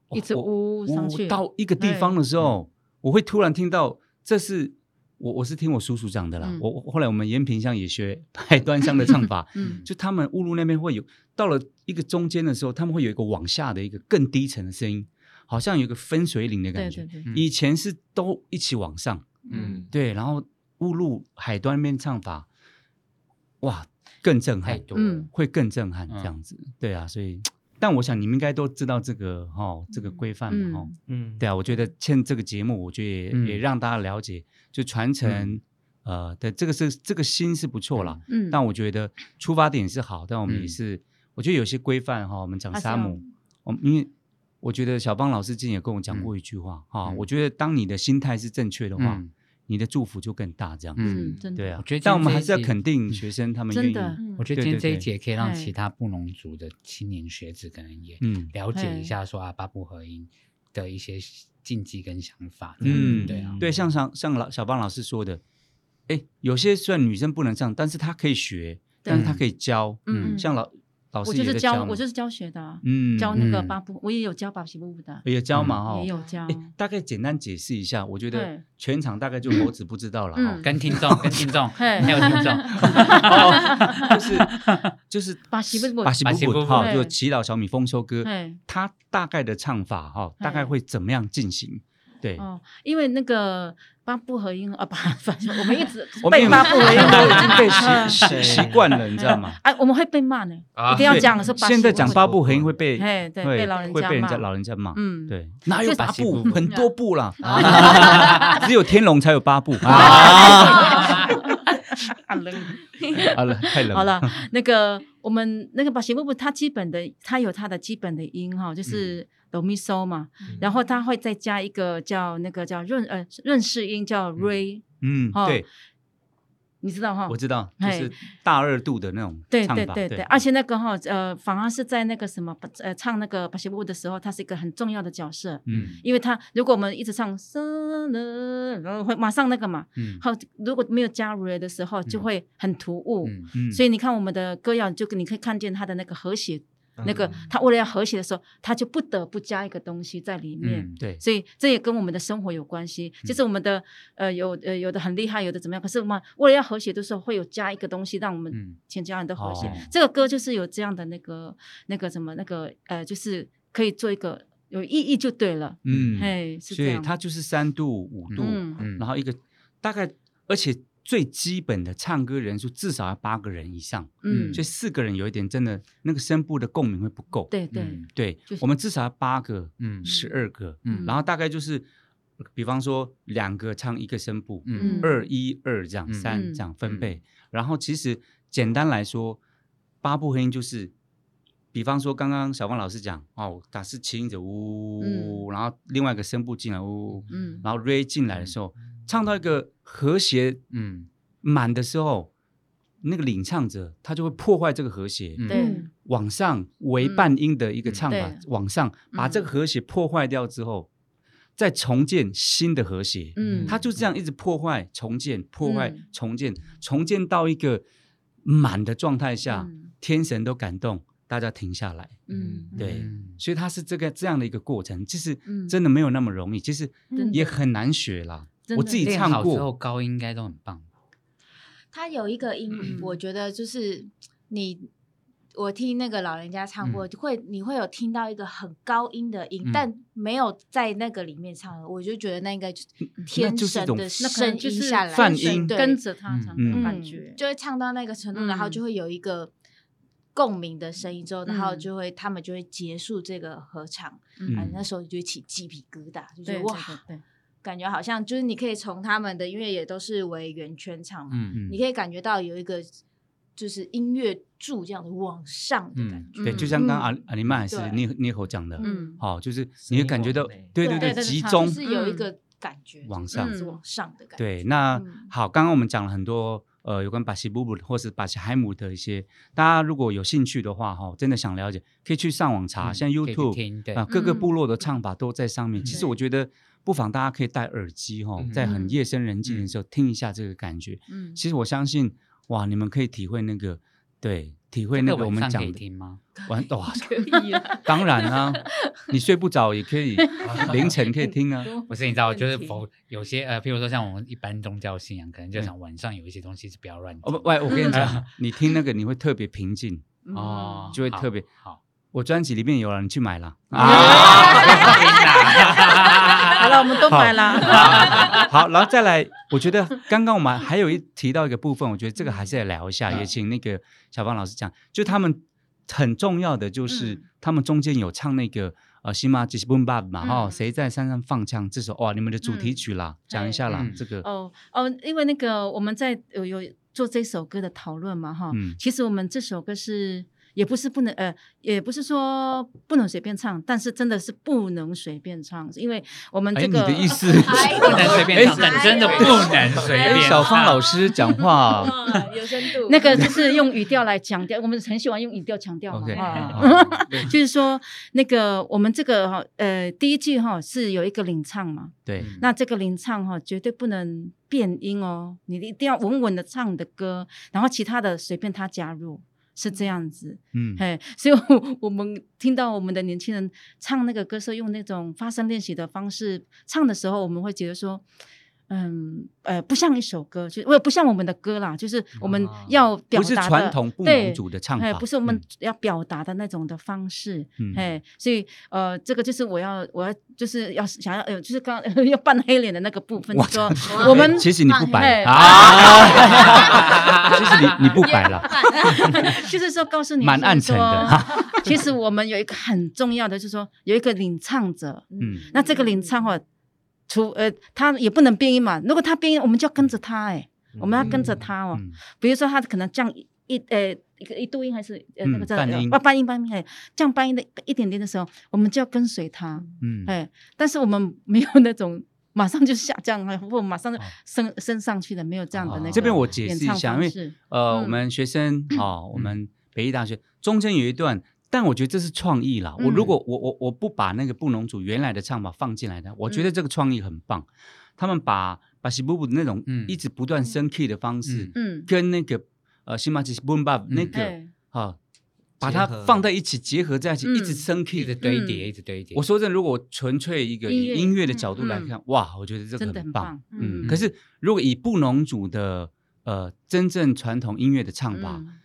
S1: 哦
S3: 一直
S1: 我
S3: 呜上去
S1: 到一个地方的时候，我会突然听到，这是我我是听我叔叔讲的啦。
S3: 嗯，
S1: 我我后来我们延平乡也学海端乡的唱法
S3: 嗯
S1: 就他们乌鲁那边会有，到了一个中间的时候，他们会有一个往下的一个更低沉的声音，好像有一个分水岭的
S3: 对
S1: 感觉。
S3: 对对，
S5: 嗯
S1: 以前是都一起往上，
S5: 嗯
S1: 对，然后乌路海端那边唱法，哇，更震
S5: 太
S1: 撼，
S5: 多了。
S3: 嗯，
S1: 会更震撼
S5: 嗯
S1: 这样子。对啊，所以，但我想你们应该都知道这个哈、哦，这个规范嘛哈、哦
S3: 嗯
S7: 嗯，
S1: 对啊，我觉得趁这个节目，我觉得也、
S5: 嗯
S1: 也让大家了解，就传承、呃的这个是这个心是不错啦。
S3: 嗯，
S1: 但我觉得出发点是好，但我们也
S5: 嗯
S1: 是，我觉得有些规范哈、我们讲
S3: 还是
S1: 沙
S3: 要
S1: 姆，我因为我觉得小邦老师之前也跟我讲过一句话哈、
S5: 嗯
S1: 我觉得当你的心态是正确的话，
S5: 嗯
S1: 你的祝福就更大这样子。
S5: 嗯
S3: 嗯，真的
S1: 对啊，
S5: 我觉得今
S1: 但
S5: 天
S1: 我们
S5: 这嗯
S1: 还
S5: 一
S1: 是要
S5: 集
S1: 肯定学生他们愿
S3: 真
S1: 意，
S3: 的
S5: 我觉得
S1: 对
S5: 今天
S1: 对
S5: 这一
S1: 对
S5: 节可以让
S3: 哎
S5: 其他布农族的青年学子可能也
S1: 嗯
S5: 了解一
S3: 哎
S5: 下说啊八部合音的一些禁忌跟想法。
S1: 嗯，
S5: 嗯，对啊，
S1: 对，像像像老小邦老师说的，哎，有些虽然女生不能上，但是她可以学，但是她
S5: 对
S1: 可以教，
S5: 嗯
S3: 嗯，
S1: 像老老
S3: 我
S1: 师也
S3: 就是
S1: 在
S3: 教，
S1: 嘛
S3: 我就是教学的啊，
S1: 嗯
S3: 教那个
S5: 嗯
S3: 巴布，我也有教巴西布布的，
S1: 也教嘛哈
S3: 也，有教
S1: 诶，大概简单解释一下，我觉得
S3: 对
S1: 全场大概就猴子不知道了哈
S3: 嗯，
S5: 跟听 众跟听众
S3: 嘿
S5: 还有听 众，
S1: 就是就是
S3: 巴西布布
S1: 巴西
S5: 巴西
S1: 布
S5: 布
S1: 布
S5: 布
S1: 哈，
S3: 对
S1: 就祈祷小米丰收歌，
S3: 哎，
S1: 它大概的唱法哈，大概
S3: 哎
S1: 会怎么样进行？对，
S3: 哦，因为那个巴布合音啊，巴， 反正我们一直
S1: 我们
S3: 背巴布合音
S1: 都已
S3: 都
S1: 经被习习
S7: 对
S1: 习惯了，你知道吗？
S3: 嗯哎，我们会被骂呢，
S6: 啊
S3: 一 定要
S1: 对
S3: 讲说巴西
S1: 现在
S3: 布
S1: 讲
S3: 布
S1: 八部很会被，
S3: 嘿对
S1: 会
S3: 被老人
S1: 会
S3: 家
S1: 被人
S3: 骂
S1: 家老人家骂，
S3: 嗯，
S1: 对，哪有
S3: 就
S1: 八
S5: 八
S1: 部？
S5: 部
S1: 很多部啦，
S3: 嗯
S1: 只有天龙才有八部啊！
S3: 啊冷
S1: 好了，太冷了，
S3: 好了，那个我们那个巴西布布，它基本的，它有它的基本的音哈，
S1: 嗯
S3: 就是哆咪嗦嘛，然后它会再加一个叫那个叫润呃润饰音叫 re，
S1: 嗯，
S3: 哦
S1: 对，
S3: 你知道哈？
S1: 我知道，就
S3: 嘿
S1: 是大二度的那种
S3: 对
S1: 唱
S3: 对
S1: 法，
S3: 对对，而且那个哈呃，反而是在那个什么呃唱那个巴西布的时候，他是一个很重要的角色，
S1: 嗯
S3: 因为他如果我们一直唱生了，然后会马上那个嘛，
S5: 嗯
S3: 好，如果没有加 re 的时候，就会很突兀。
S5: 嗯
S1: 嗯，
S3: 所
S1: 以
S3: 以你看我们的歌谣，就你可以看见他的那个和谐，
S7: 嗯
S3: 那个他为了要和谐的时候，他就不得不加一个东西在里面。
S5: 嗯
S1: 对，
S3: 所以这也跟我们的生活有关系，就是
S1: 嗯
S3: 我们的呃有呃有的很厉害，有的怎么样，可是我们为了要和谐的时候，会有加一个东西让我们
S5: 嗯
S3: 全家人都和谐。
S1: 哦
S3: 这个歌就是有这样的那个那个什么那个呃，就是可以做一个有意义就对了。
S1: 嗯，
S3: 嘿，是
S1: 所
S3: 这
S1: 以
S3: 样。
S1: 它就是三度五度，
S3: 嗯
S5: 嗯
S1: 然后一个大概，而且最基本的唱歌人数至少要八个人以上，
S3: 嗯，
S1: 所以四个人有一点真的那个声部的共鸣会不够，
S3: 对对
S5: 嗯
S1: 对
S3: 就，是
S1: 我们至少要八个，
S5: 嗯
S1: 十二个，
S5: 嗯
S1: 然后大概就是，比方说两个唱一个声部，
S5: 嗯
S1: 二一二这样，
S5: 嗯
S1: 三
S3: 嗯
S1: 这样分配。然后其实简单来说，八部合音就是，比方说刚刚小芳老师讲哦，打是轻着
S5: 嗯
S1: 呜，然后另外一个声部进来呜，
S3: 嗯
S1: 然后 re 进来的时候，唱到一个和谐
S5: 嗯
S1: 满的时候，那个领唱者他就会破坏这个和谐，
S5: 嗯
S3: 对
S4: 嗯
S1: 往上为半音的一个唱法，
S3: 嗯嗯对嗯
S1: 往上把这个和谐破坏掉之后，再重建新的和谐。
S3: 嗯，
S1: 他就这样一直破坏、重建、破坏、
S3: 嗯
S1: 重建、重建到一个满的状态下，
S3: 嗯
S1: 天神都感动，大家停下来。
S3: 嗯
S1: 对
S5: 嗯
S1: 所以它是这个这样的一个过程，其实
S3: 嗯
S1: 真的没有那么容易，其实
S3: 真的
S1: 也很难学啦。
S3: 真的
S1: 我自己
S5: 练
S1: 唱
S5: 好之后
S1: 过，
S5: 高音应该都很棒。
S4: 他有一个
S3: 嗯
S4: 音，我觉得就是你，我听那个老人家唱过，
S5: 嗯
S4: 就会你会有听到一个很高音的音，
S5: 嗯
S4: 但没有在那个里面唱的，我就觉得那个就是
S1: 那
S4: 天
S1: 就是一
S4: 神
S1: 种
S4: 的
S3: 嗯那可
S4: 声
S3: 能就
S4: 音
S3: 是
S4: 下来，
S1: 泛音
S4: 对
S3: 跟着他唱
S1: 嗯
S3: 的感觉，
S4: 就会唱到那个程度，然后
S3: 嗯
S4: 就会有一个共鸣的声音之后，然后
S3: 嗯
S4: 就会他们就会结束这个合唱，
S3: 嗯
S4: 啊，那时候你就会起鸡皮疙瘩，就觉
S3: 对
S4: 得
S3: 对
S4: 哇，
S3: 对对
S4: 感觉好像就是你可以从他们的，因为也都是为圆圈唱嘛，
S5: 嗯
S4: 你可以感觉到有一个就是音乐柱这样的往上的感觉，
S1: 对，
S3: 嗯
S1: 就像刚刚阿阿里曼还是
S4: 对
S1: 聂聂口讲的，
S3: 嗯
S1: 好，就是你会感觉到
S5: 声音往内，
S1: 对
S4: 对
S1: 对，
S3: 对对
S1: 集
S3: 对
S1: 中
S4: 就，是有一个感觉
S1: 往
S4: 就是
S1: 上
S4: 一直往上的感觉。
S1: 对，那、
S4: 嗯
S1: 好，刚刚我们讲了很多呃有关巴西布布或是巴西海姆的一些，大家如果有兴趣的话哈、真的想了解，可以去上网查，
S5: 嗯
S1: 像
S5: 可以去
S1: YouTube
S5: 听对
S1: 啊，各个
S3: 嗯
S1: 部落的唱法都在上面。其实
S3: 对
S1: 我觉得不妨大家可以戴耳机哈、
S6: 嗯
S1: 在很
S3: 嗯
S1: 夜深人静的时候、听一下这个感觉。
S3: 嗯，
S1: 其实我相信哇，你们可以体会那个对。体会
S5: 这
S1: 那
S5: 个
S1: 个我
S5: 晚
S1: 们
S5: 上
S1: 讲
S5: 可以
S1: 的
S5: 听吗？
S1: 晚哇，
S4: 可以
S5: 啊
S4: 了，
S1: 当然啦、你睡不着也可 以凌晨可以听啊，
S5: 不是，你知道，就是
S4: 问题
S5: 否有些呃，譬如说像我们一般宗教信仰，可能就想晚上有一些东西是不要乱
S1: 哦
S3: 嗯
S5: 听
S1: 不，喂，我跟你讲，你听那个你会特别平静，
S3: 啊
S5: 哦，
S1: 就会特别
S5: 好，好
S1: 我专辑里面有了，你去买了。啊
S3: 好了，我 们都买 了。
S1: 好，好，然后再来，我觉得刚刚我们还有一提到一个部分，我觉得这个还是要聊一下，
S5: 嗯
S1: 也请那个小芳老师讲，就他们很重要的就是、
S3: 嗯
S1: 他们中间有唱那个呃西马吉西蹦巴嘛，哈、
S3: 嗯
S1: 谁在山上放枪这首哇，你们的主题曲啦，讲一下啦，
S5: 嗯
S1: 这个
S3: 哦哦，因为那个我们在有有做这首歌的讨论嘛，哈，
S1: 嗯
S3: 其实我们这首歌是也不是不能呃，也不是说不能随便唱，但是真的是不能随便唱，因为我们
S1: 哎、
S3: 这
S1: 你
S3: 个、
S1: 的意思，
S5: 不能随便唱，
S1: 哎
S5: 但真的不能随
S1: 哎
S5: 便唱。
S1: 小芳老师讲 话。
S4: 嗯，有深 度。
S3: 那个就是用语调来强调，我 们很喜欢用语调强调嘛
S1: OK，
S5: 嗯
S3: 啊
S1: 好
S3: 就是说那个我们这个哈呃第一句哈是有一个领唱嘛，
S1: 对，
S5: 嗯
S3: 那这个领唱哈、绝对不能变音哦，你一定要稳稳的唱你的歌，然后其他的随便他加入，是这样子。
S1: 嗯，
S3: 嘿， 所以我我们听到我们的年轻人唱那个歌时候，用那种发声练习的方式唱的时候，我们会觉得说。嗯，呃，不像一首歌，就我不像我们的歌啦，就是我们
S5: 啊
S3: 要表
S1: 不是
S3: 达的
S1: 传统布
S3: 对
S1: 农族的唱
S3: 哎
S1: 法
S3: 不是我们
S1: 嗯
S3: 要表达的那种的方式，
S1: 嗯
S3: 哎、所以呃，这个就是我要我要就是要想要呃，就是刚 要扮黑脸的那个部分，就 说
S4: 哇
S3: 我们
S1: 其实你不白
S3: 嘿
S1: 啊，其实你你不白了，
S3: 就是说告诉你，
S1: 蛮暗沉的
S3: 就是说。其实我们有一个很重要的，就是说有一个领唱者，
S1: 嗯，
S3: 那这个领唱哦，除呃他也不能变音嘛，如果他变音，我们就要跟着他哎、我们要跟着他哦。
S1: 嗯
S3: 比如说他可能降一一呃一个一度音还是呃那
S1: 嗯
S3: 个叫
S1: 半音
S3: 呃半音半音哎，降半音的一点点的时候，我们就要跟随他。
S1: 嗯，
S3: 哎，但是我们没有那种马上就下降啊，或马上就升、升上去的，没有这样的那个、
S1: 哦这边我解释一
S3: 演唱
S1: 下，因
S3: 方
S1: 为
S3: 式
S1: 呃，
S3: 嗯
S1: 我们学 生哦，我们北医大学中间有一段，但我觉得这是创意啦。我如
S3: 嗯
S1: 果我我我不把那个布农族原来的唱法放进来的，我觉得这个创意很棒。他们把把西布布那种
S5: 嗯
S1: 一直不断升 key 的方式，
S3: 嗯，
S1: 跟那个呃西马吉布巴那个
S3: 哎，
S1: 啊，把它
S7: 结合
S1: 放在一起结合在一起，
S3: 嗯
S1: 一直升
S5: 一直
S1: key。
S5: 堆叠，一直堆叠。
S1: 我说真的，如果纯粹一个以
S3: 音乐
S1: 音乐的角度来
S3: 嗯
S1: 看，哇，我觉得这个
S3: 真的
S1: 很
S3: 很
S1: 棒
S3: 棒。，
S1: 嗯，
S5: 嗯
S1: 可是如果以布农族的呃真正传统音乐的唱法，
S3: 嗯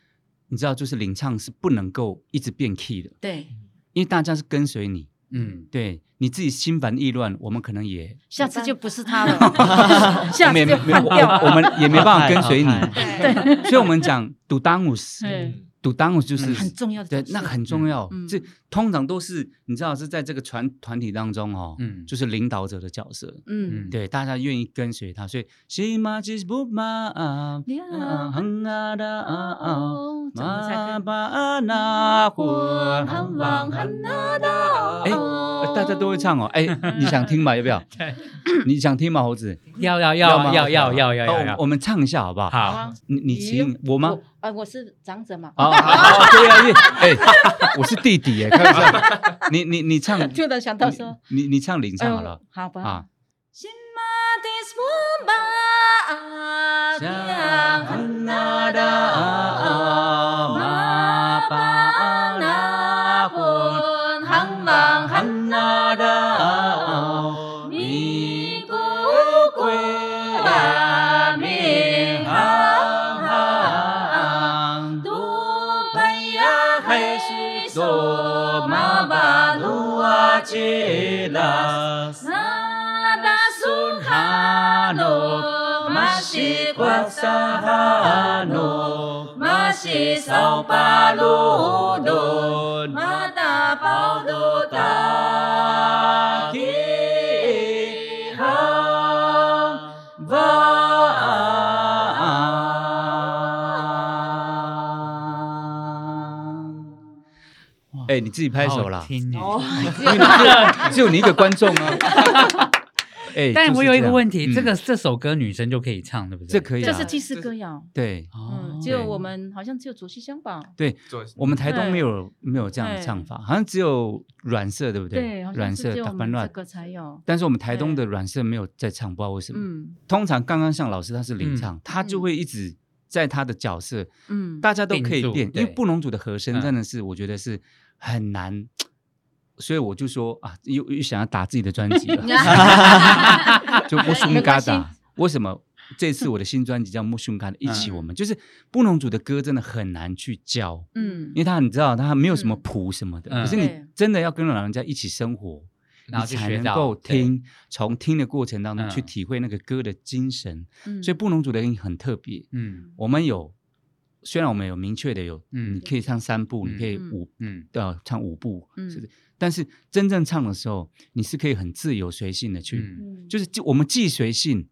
S1: 你知道，就是领唱是不能够一直变 key 的，
S3: 对，
S6: 嗯
S1: 因为大家是跟随你，
S5: 嗯，
S1: 对你自己心烦意乱，我们可能也
S3: 下次就不是他 了， 下
S1: 没
S3: 次
S1: 没
S3: 就
S1: 没有
S3: 换
S1: 我
S3: 掉
S1: 我
S3: 了。
S1: 们也没办法跟随你，
S7: 淘汰
S4: 对，
S1: 所以我们讲 d 当 d
S3: 嗯
S1: 赌 d 我就是
S5: 嗯
S3: 很重要的
S1: 对
S3: 角，色
S1: 那很重要。
S3: 嗯
S1: 这通常都是你知道是在这个团团体当中哦，
S5: 嗯
S1: 就是领导者的角色，
S3: 嗯，
S1: 对，大家愿意跟随他，所以西马吉布马啊，啊哼啊哒啊啊，
S3: 哦，怎么才
S1: 马
S3: 跟
S1: 巴啊那火
S3: 哼
S1: 啊
S3: 往哼
S1: 啊哒， 哎，
S3: 어.
S1: 呃大家都会唱哦， 哎，你想听吗？要不要？你想听吗，猴子？
S5: 要要
S1: 吗
S5: 要要要要要
S1: 哦
S5: 要
S1: 我我
S5: 要。
S1: 们唱一下好不好？
S5: 好，
S1: 你你请我吗
S3: 我？啊，我是长者嘛，
S1: 啊，好好对啊，因为哎，我是弟弟哎，开玩笑， 你你你唱，
S3: 突然想到说，
S1: 你你你唱领唱好了
S3: 嗯，好吧，
S1: 啊。
S3: 心马的苏巴啊呀
S1: 哼啊哒啊嘛巴啊那魂
S3: 行望
S1: 哼啊哒啊咪咕咕啊咪啊啊嘟贝呀嘿西索嘛巴鲁啊切拉
S3: 那达苏
S1: 哈诺，玛西瓜萨哈诺，玛西扫巴鲁多，玛达宝多达吉哈瓦。哎、你自己拍手啦
S5: 好！听
S1: 哦
S5: 耶
S1: 只有你一个观众 啊！哎、
S5: 但我有一个问题，
S1: 就是
S5: 这
S1: 样嗯
S5: 个这首歌女生就可以唱，对不对？
S1: 这可以、啊，
S3: 这是祭祀歌谣，
S1: 对
S5: 哦
S3: 嗯，只有我们好像只有竹溪乡吧，
S1: 对，
S6: 做嗯
S1: 我们台东没有没有这样的唱法，好像只有软色，对不对？
S3: 对，好
S1: 软
S3: 像是
S1: 色
S3: 只有
S1: 打
S3: 我
S1: 翻
S3: 们这
S1: 乱。
S3: 个才有，
S1: 但是我们台东的软色没有在唱，不知道为什么。
S3: 嗯
S1: 通常刚刚像老师他是
S5: 嗯
S1: 领唱，他就会一直在他的角色，
S3: 嗯，
S1: 大家都可以
S5: 定住
S1: 变，因
S5: 对
S1: 为布农族的和声
S5: 嗯
S1: 真的是我觉得是很难，所以我就说啊， 又又想要打自己的专辑了，就不松嘎达。为什么？这次我的新专辑叫《木逊卡》的，一起
S3: 嗯
S1: 我们就是布农族的歌真的很难去教，
S3: 嗯
S1: 因为他你知道他没有什么谱什么的，
S5: 嗯
S1: 可是你
S3: 对
S1: 真的要跟老人家一起生活，
S5: 然后
S1: 你
S5: 去
S1: 才
S5: 学
S1: 能
S5: 到
S1: 够
S5: 对
S1: 听，从听的过程当中
S5: 嗯
S1: 去体会那个歌的精神。
S3: 嗯
S1: 所以布农族的音很特别，
S5: 嗯
S1: 我们有虽然我们有明确的有，
S5: 嗯
S1: 你可以唱三部，
S5: 嗯
S1: 你可以
S3: 嗯
S1: 五
S5: 嗯
S1: 呃唱五部，
S3: 嗯
S1: 是的但是真正唱的时候，你是可以很自由随性的去，
S5: 嗯
S1: 就是既我们既随性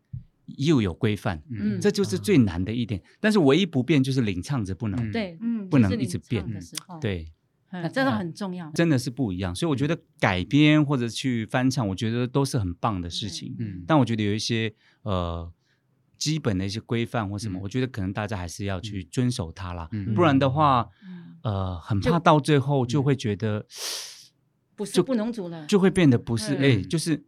S1: 又有规范，
S5: 嗯，
S1: 这就是最难的一点。但是唯一不变就是领唱者不能、
S5: 嗯
S3: 对，
S4: 嗯
S1: 不能
S3: 就是
S1: 一
S3: 你
S1: 直变
S3: 唱的时候，
S1: 对，
S3: 嗯，这个很重要。
S1: 真的是不一样。所以我觉得改编或者去翻唱，我觉得都是很棒的事情。
S5: 嗯
S1: 但我觉得有一些呃基本的一些规范或什么，
S5: 嗯
S1: 我觉得可能大家还是要去遵守它啦，
S5: 嗯
S1: 不然的话，
S3: 嗯
S1: 呃，很怕到最后就会觉得、
S3: 不是布农族了，
S1: 就会变得不是哎、
S3: 嗯
S1: 就是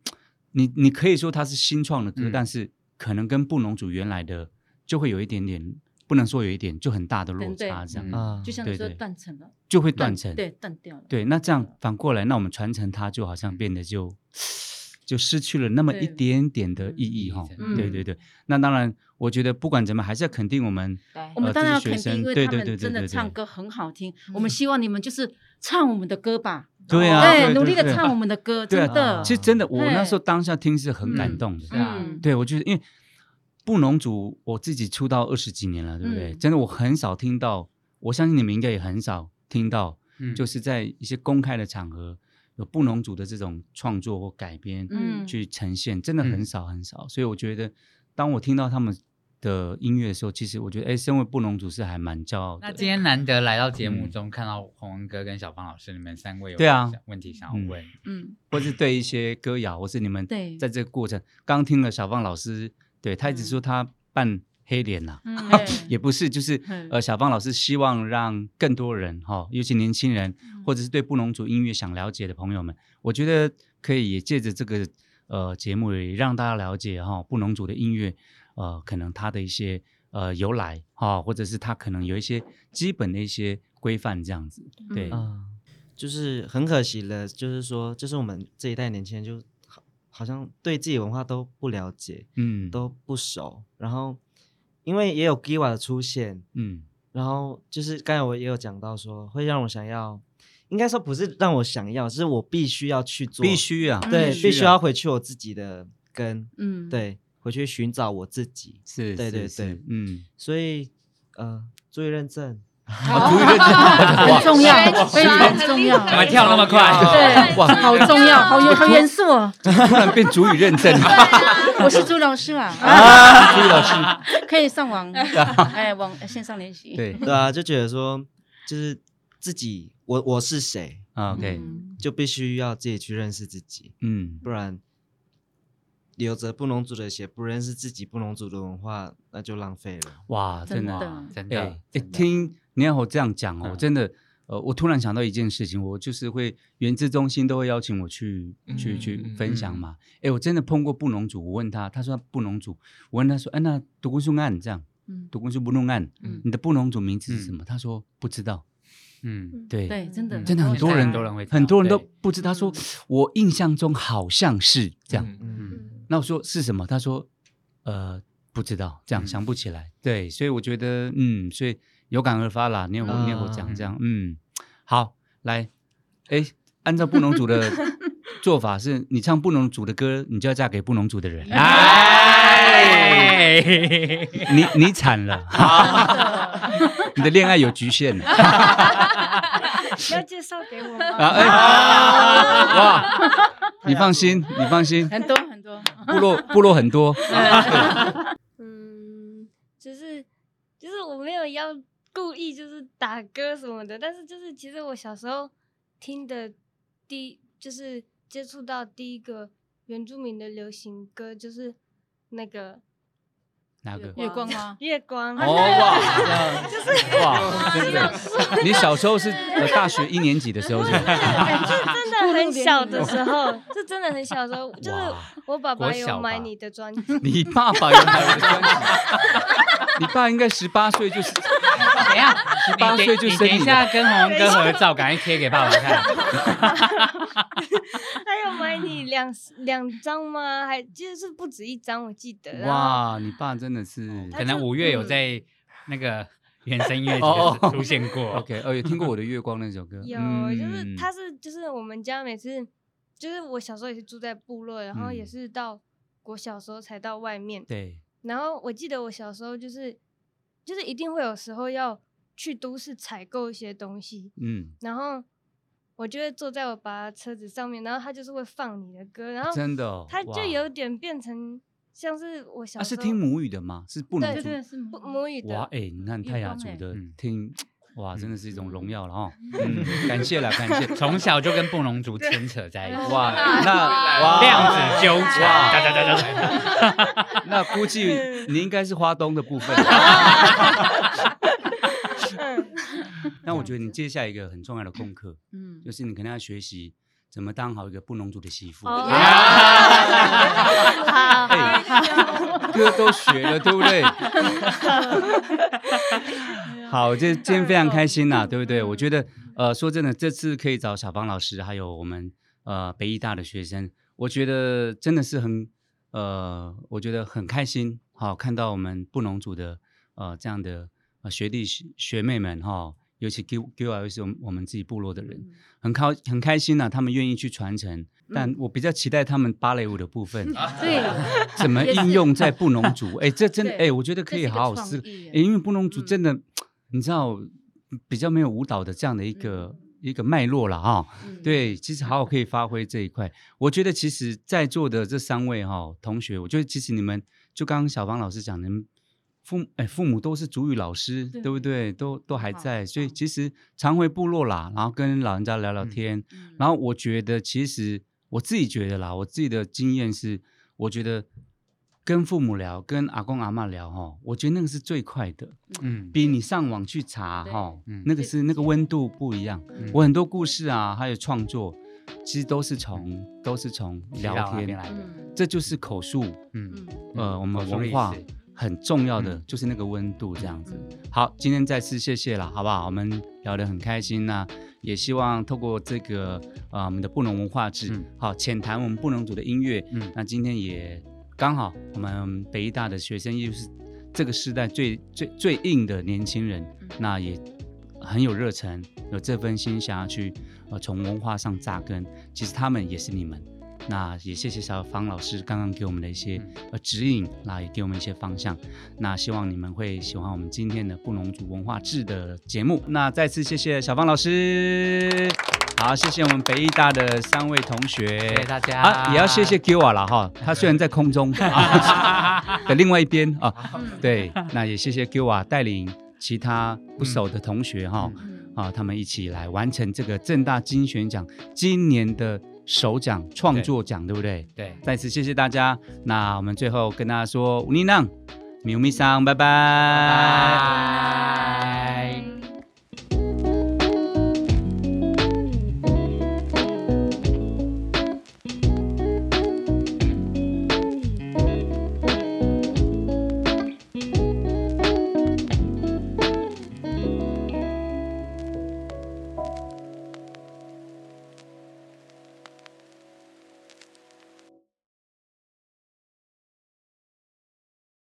S1: 你你可以说它是新创的歌，
S5: 嗯
S1: 但是可能跟布农族原来的就会有一点点，不能说有一点，就很大的落
S3: 嗯对
S1: 差这样，
S5: 嗯
S7: 啊，
S3: 就像
S1: 对
S3: 你说
S1: 对
S3: 断层了，
S1: 就会断层。
S3: 对，断掉了，
S1: 对，那这样反过来，那我们传承它就好像变得就就失去了那么一
S3: 对
S1: 点点的
S3: 嗯
S1: 意义哈。
S5: 嗯
S1: 对对对，那当然，我觉得不管怎么，还是要肯定我们
S5: 哦
S4: 对
S3: 我们
S1: 呃
S3: 当然要
S1: 这
S3: 肯
S1: 些学生
S3: 定，因为
S1: 对
S3: 他
S1: 对
S3: 们
S1: 对
S3: 真
S1: 对对
S3: 的唱
S1: 对
S3: 歌很好听。我们希望你们就是唱我们的歌吧，
S1: 对 啊，
S3: 对，
S1: 对
S3: 努力的
S1: 对
S3: 唱我们的歌，
S1: 对啊
S3: 真的
S1: 其。实真的，我那时候
S3: 嘿
S1: 当下听是很感
S3: 嗯
S1: 动的。
S5: 是啊
S3: 嗯
S1: 对，我就是因为布农族，我自己出道二十几年了，对不对？
S3: 嗯
S1: 真的，我很少听到，我相信你们应该也很少听到，
S5: 嗯
S1: 就是在一些公开的场合有布农族的这种创作或改编，
S3: 嗯
S1: 去呈现，真的很
S5: 嗯
S1: 少很少。所以我觉得，当我听到他们的音乐的时候，其实我觉得，哎，身为布农族是还蛮骄傲
S5: 那
S1: 的。
S5: 今天难得来到节目中，看到洪文哥跟小芳老师，你们三位有
S1: 嗯对啊
S5: 想问题想要问，
S3: 嗯，
S1: 或是对一些歌谣，或是你们
S3: 对
S1: 在这个过程，刚听了小芳老师，对他一直
S3: 嗯
S1: 说他扮黑脸呐、
S3: 嗯
S1: 也不是，就是
S3: 嗯
S1: 呃，小芳老师希望让更多人哈、尤其年轻人，
S3: 嗯
S1: 或者是对布农族音乐想了解的朋友们，我觉得可以也借着这个呃节目，也让大家了解哈、布农族的音乐，呃，可能它的一些呃由来哈、或者是它可能有一些基本的一些规范这样子。对，
S3: 嗯
S7: 啊，就是很可惜了，就是说，就是我们这一代年轻人就好好像对自己文化都不了解，
S1: 嗯，
S7: 都不熟，然后因为也有 Giva 的出现，
S1: 嗯
S7: 然后就是刚才我也有讲到说，会让我想要，应该说不是让我想要，是我必须要去做，
S1: 必须啊，
S7: 对，嗯必须
S1: 啊
S7: 要回去我自己的根，
S3: 嗯，
S7: 对，回去寻找我自己，
S1: 是，
S7: 对
S1: 是
S7: 对
S1: 是
S7: 对
S1: 嗯，
S7: 所以呃，注意认 证，
S3: 很重要，非
S4: 哇
S3: 常重要，
S5: 怎么跳那么快？
S3: 对，好重要，好 严好严肃哦。
S1: 突然变主语认证了。
S3: 我是朱老师啊，朱老师可以上 网，哎，网线上练习。
S1: 对
S7: 对啊，就觉得说，就是自己，我我是谁，
S1: 啊，OK，
S3: 嗯
S7: 就必须要自己去认识自己，
S1: 嗯，
S7: 不然流着布农族的血，不认识自己布农族的文化，那就浪费了。
S1: 哇，真
S3: 真
S1: 的
S3: 的
S5: 哇啊真
S1: 哎、
S5: 的
S1: 哎，听你要我这样讲哦，
S5: 嗯
S1: 真的，呃，我突然想到一件事情，我就是会原资中心都会邀请我去、去
S6: 嗯
S1: 去
S6: 嗯
S1: 分享
S5: 嗯
S1: 嘛。哎、我真的碰过布农族，我问他，他说他布农族，我问他说，哎、那独孤松案这样，
S3: 嗯
S1: 独孤松布农案，
S3: 嗯
S1: 你的布农族名字是什么？他说不知道，
S5: 嗯，
S1: 对。
S3: 对，真的
S1: 真的很多人
S5: 很多人会知道，
S1: 很多人都
S5: 对
S1: 不知道，他说
S3: 嗯
S1: 我印象中好像是这样。
S7: 嗯，
S5: 嗯
S1: 那我说是什么？他说呃不知道，这样、
S5: 嗯
S1: 想不起来。对，所以我觉得嗯，所以有感而发啦。你有
S7: 嗯
S1: 你有讲这样，嗯，好，来，哎，按照布农族的做法是，你唱布农族的歌，你就要嫁给布农族的人。啊
S5: 哎，
S1: 你你惨了， 你的恋爱有局限了。 啊
S8: 要介绍给我吗？
S1: 啊哎哇，你放心，你放心，
S3: 很多很多，
S1: 部落部落很多。
S8: 嗯，就是就是我没有要故意就是打歌什么的，但是就是其实我小时候听的第就是接触到第一个原住民的流行歌就是那个
S1: 哪个？
S3: 月光吗？
S8: 月光，
S1: 哦 哇，就是
S6: 哦
S1: 哇，真的， 你小时候是呃大学一年级的时候是 吗？
S8: 哎真的很小的时候，就真的很小的时候，就是
S1: 哇
S8: 我爸
S5: 国
S8: 爸
S5: 小
S8: 有
S5: 吧
S8: 买你的专辑，
S1: 你爸爸有哪个专辑？你爸应该十八岁就是
S5: 等一下，你
S6: 18
S5: 等
S6: 岁就
S5: 你
S6: 生
S5: 等一
S6: 你
S5: 下跟洪哥合照，赶快贴给爸爸看。
S8: 还有买你两两张吗？还就是不止一张，我记得。然后
S1: 哇，你爸真的是
S5: 可能五月有在那个原声音乐
S1: 哦
S5: 节
S1: 哦
S5: 出现过。
S1: OK，哦，有听过我的月光那首歌？嗯
S8: 有，就是他是就是我们家每次，就是我小时候也是住在部落，然后也
S1: 嗯
S8: 是到我小时候才到外面。
S1: 对，
S8: 然后我记得我小时候就是就是一定会有时候要去都市采购一些东西，
S1: 嗯，
S8: 然后我就会坐在我爸的车子上面，然后他就是会放你的歌，然后
S1: 真的哦，
S8: 他
S1: 哇
S8: 就有点变成像是我小
S1: 啊，是
S8: 时候
S1: 听母语的吗？是不能
S8: 对
S1: 族
S8: 对
S3: 是吗
S8: 不母语的
S1: 哇，哎、你看泰雅
S3: 月
S1: 族
S3: 光哎
S1: 的
S5: 嗯
S1: 听，哇，真的是一种荣耀了哦。嗯
S5: 嗯，
S1: 感谢了，感谢。
S5: 从小就跟布农族牵扯在一起，
S1: 哇，那哇
S5: 量子纠缠，
S1: 哇
S5: 哒哒哒哒哒。
S1: 那估计你应该是花东的部分。 那我觉得你接下来一个很重要的功课，
S3: 嗯
S1: 就是你可能要学习怎么当好一个布农族的媳妇。
S8: 哦
S1: 哎， 歌都学了，对不对？ 好，这今天非常开心呐、对不对？我觉得，呃，说真的，这次可以找小芳老师，还有我们呃北医大的学生，我觉得真的是很呃，我觉得很开心，好、看到我们布农族的呃这样的、呃、学弟学学妹们哈、尤其 Q Q L 是我们我们自己部落的人，很开很开心呐、他们愿意去传承，但我比较期待他们芭蕾舞的部 分。
S3: 对，
S1: 怎么
S3: 也是
S1: 应用 在布农族？哎，这真的
S3: 对
S1: 哎，我觉得可以好好
S3: 这是
S1: 思考
S3: 一个创意耶。嗯
S1: 哎，因为布农族真的，你知道比较没有舞蹈的这样的一个一个脉络了哈。
S3: 嗯，
S1: 对，其实好好可以发挥这一块。我觉得其实在座的这三位哈同学，我觉得其实你们就刚刚小芳老师讲，你们父哎父母都是主语老师，
S3: 对
S1: 对不对？都都还
S3: 好
S1: 在，所以
S3: 棒
S1: 其实常回部落啦，然后跟老人家聊聊
S5: 嗯
S1: 天，
S3: 嗯
S1: 然后我觉得，其实我自己觉得啦，我自己的经验是，我觉得跟父母聊、跟阿公阿妈聊哈，我觉得那个是最快的，
S5: 嗯，
S1: 比你上网去查哈
S5: 对嗯，
S1: 那个是那个温度不一样。
S5: 嗯
S1: 我很多故事啊，还有创作，其实都是从都是从聊
S5: 那边
S1: 天，
S5: 来的，
S3: 嗯
S1: 这就是口述，
S5: 嗯，
S1: 呃，我
S5: 口
S1: 们
S5: 述历
S1: 文化
S5: 史嗯
S1: 很重要的就是那个温度这样子。好，今天再次谢谢了，好不好？我们聊得很开心那也希望透过这个呃我们的布农文化志，
S5: 嗯
S1: 好浅谈我们布农族的音乐。
S5: 嗯
S1: 那今天也刚好我们北医大的学生又是这个时代最最最硬的年轻人，那也很有热忱，有这份心想要去呃从文化上扎根。其实他们也是你们。那也谢谢小芳老师刚刚给我们的一些呃指引，那也给我们一些方向。那希望你们会喜欢我们今天的布农族文化志的节目。那再次谢谢小芳老师，好，谢谢我们北艺大的三位同学，
S5: 谢谢大家
S1: 啊，也要谢谢 Q 啊了哈，他虽然在空 中啊的另外一边啊，对，那也谢谢 Q 啊带领其他不熟的同学哈、
S3: 嗯
S1: 啊，他们一起来完成这个正大金选奖今年的首奖创作奖，对不对？
S5: 对，
S1: 再次谢谢大家。那我们最后跟大家说，乌尼浪，米乌米桑，拜拜
S5: 拜。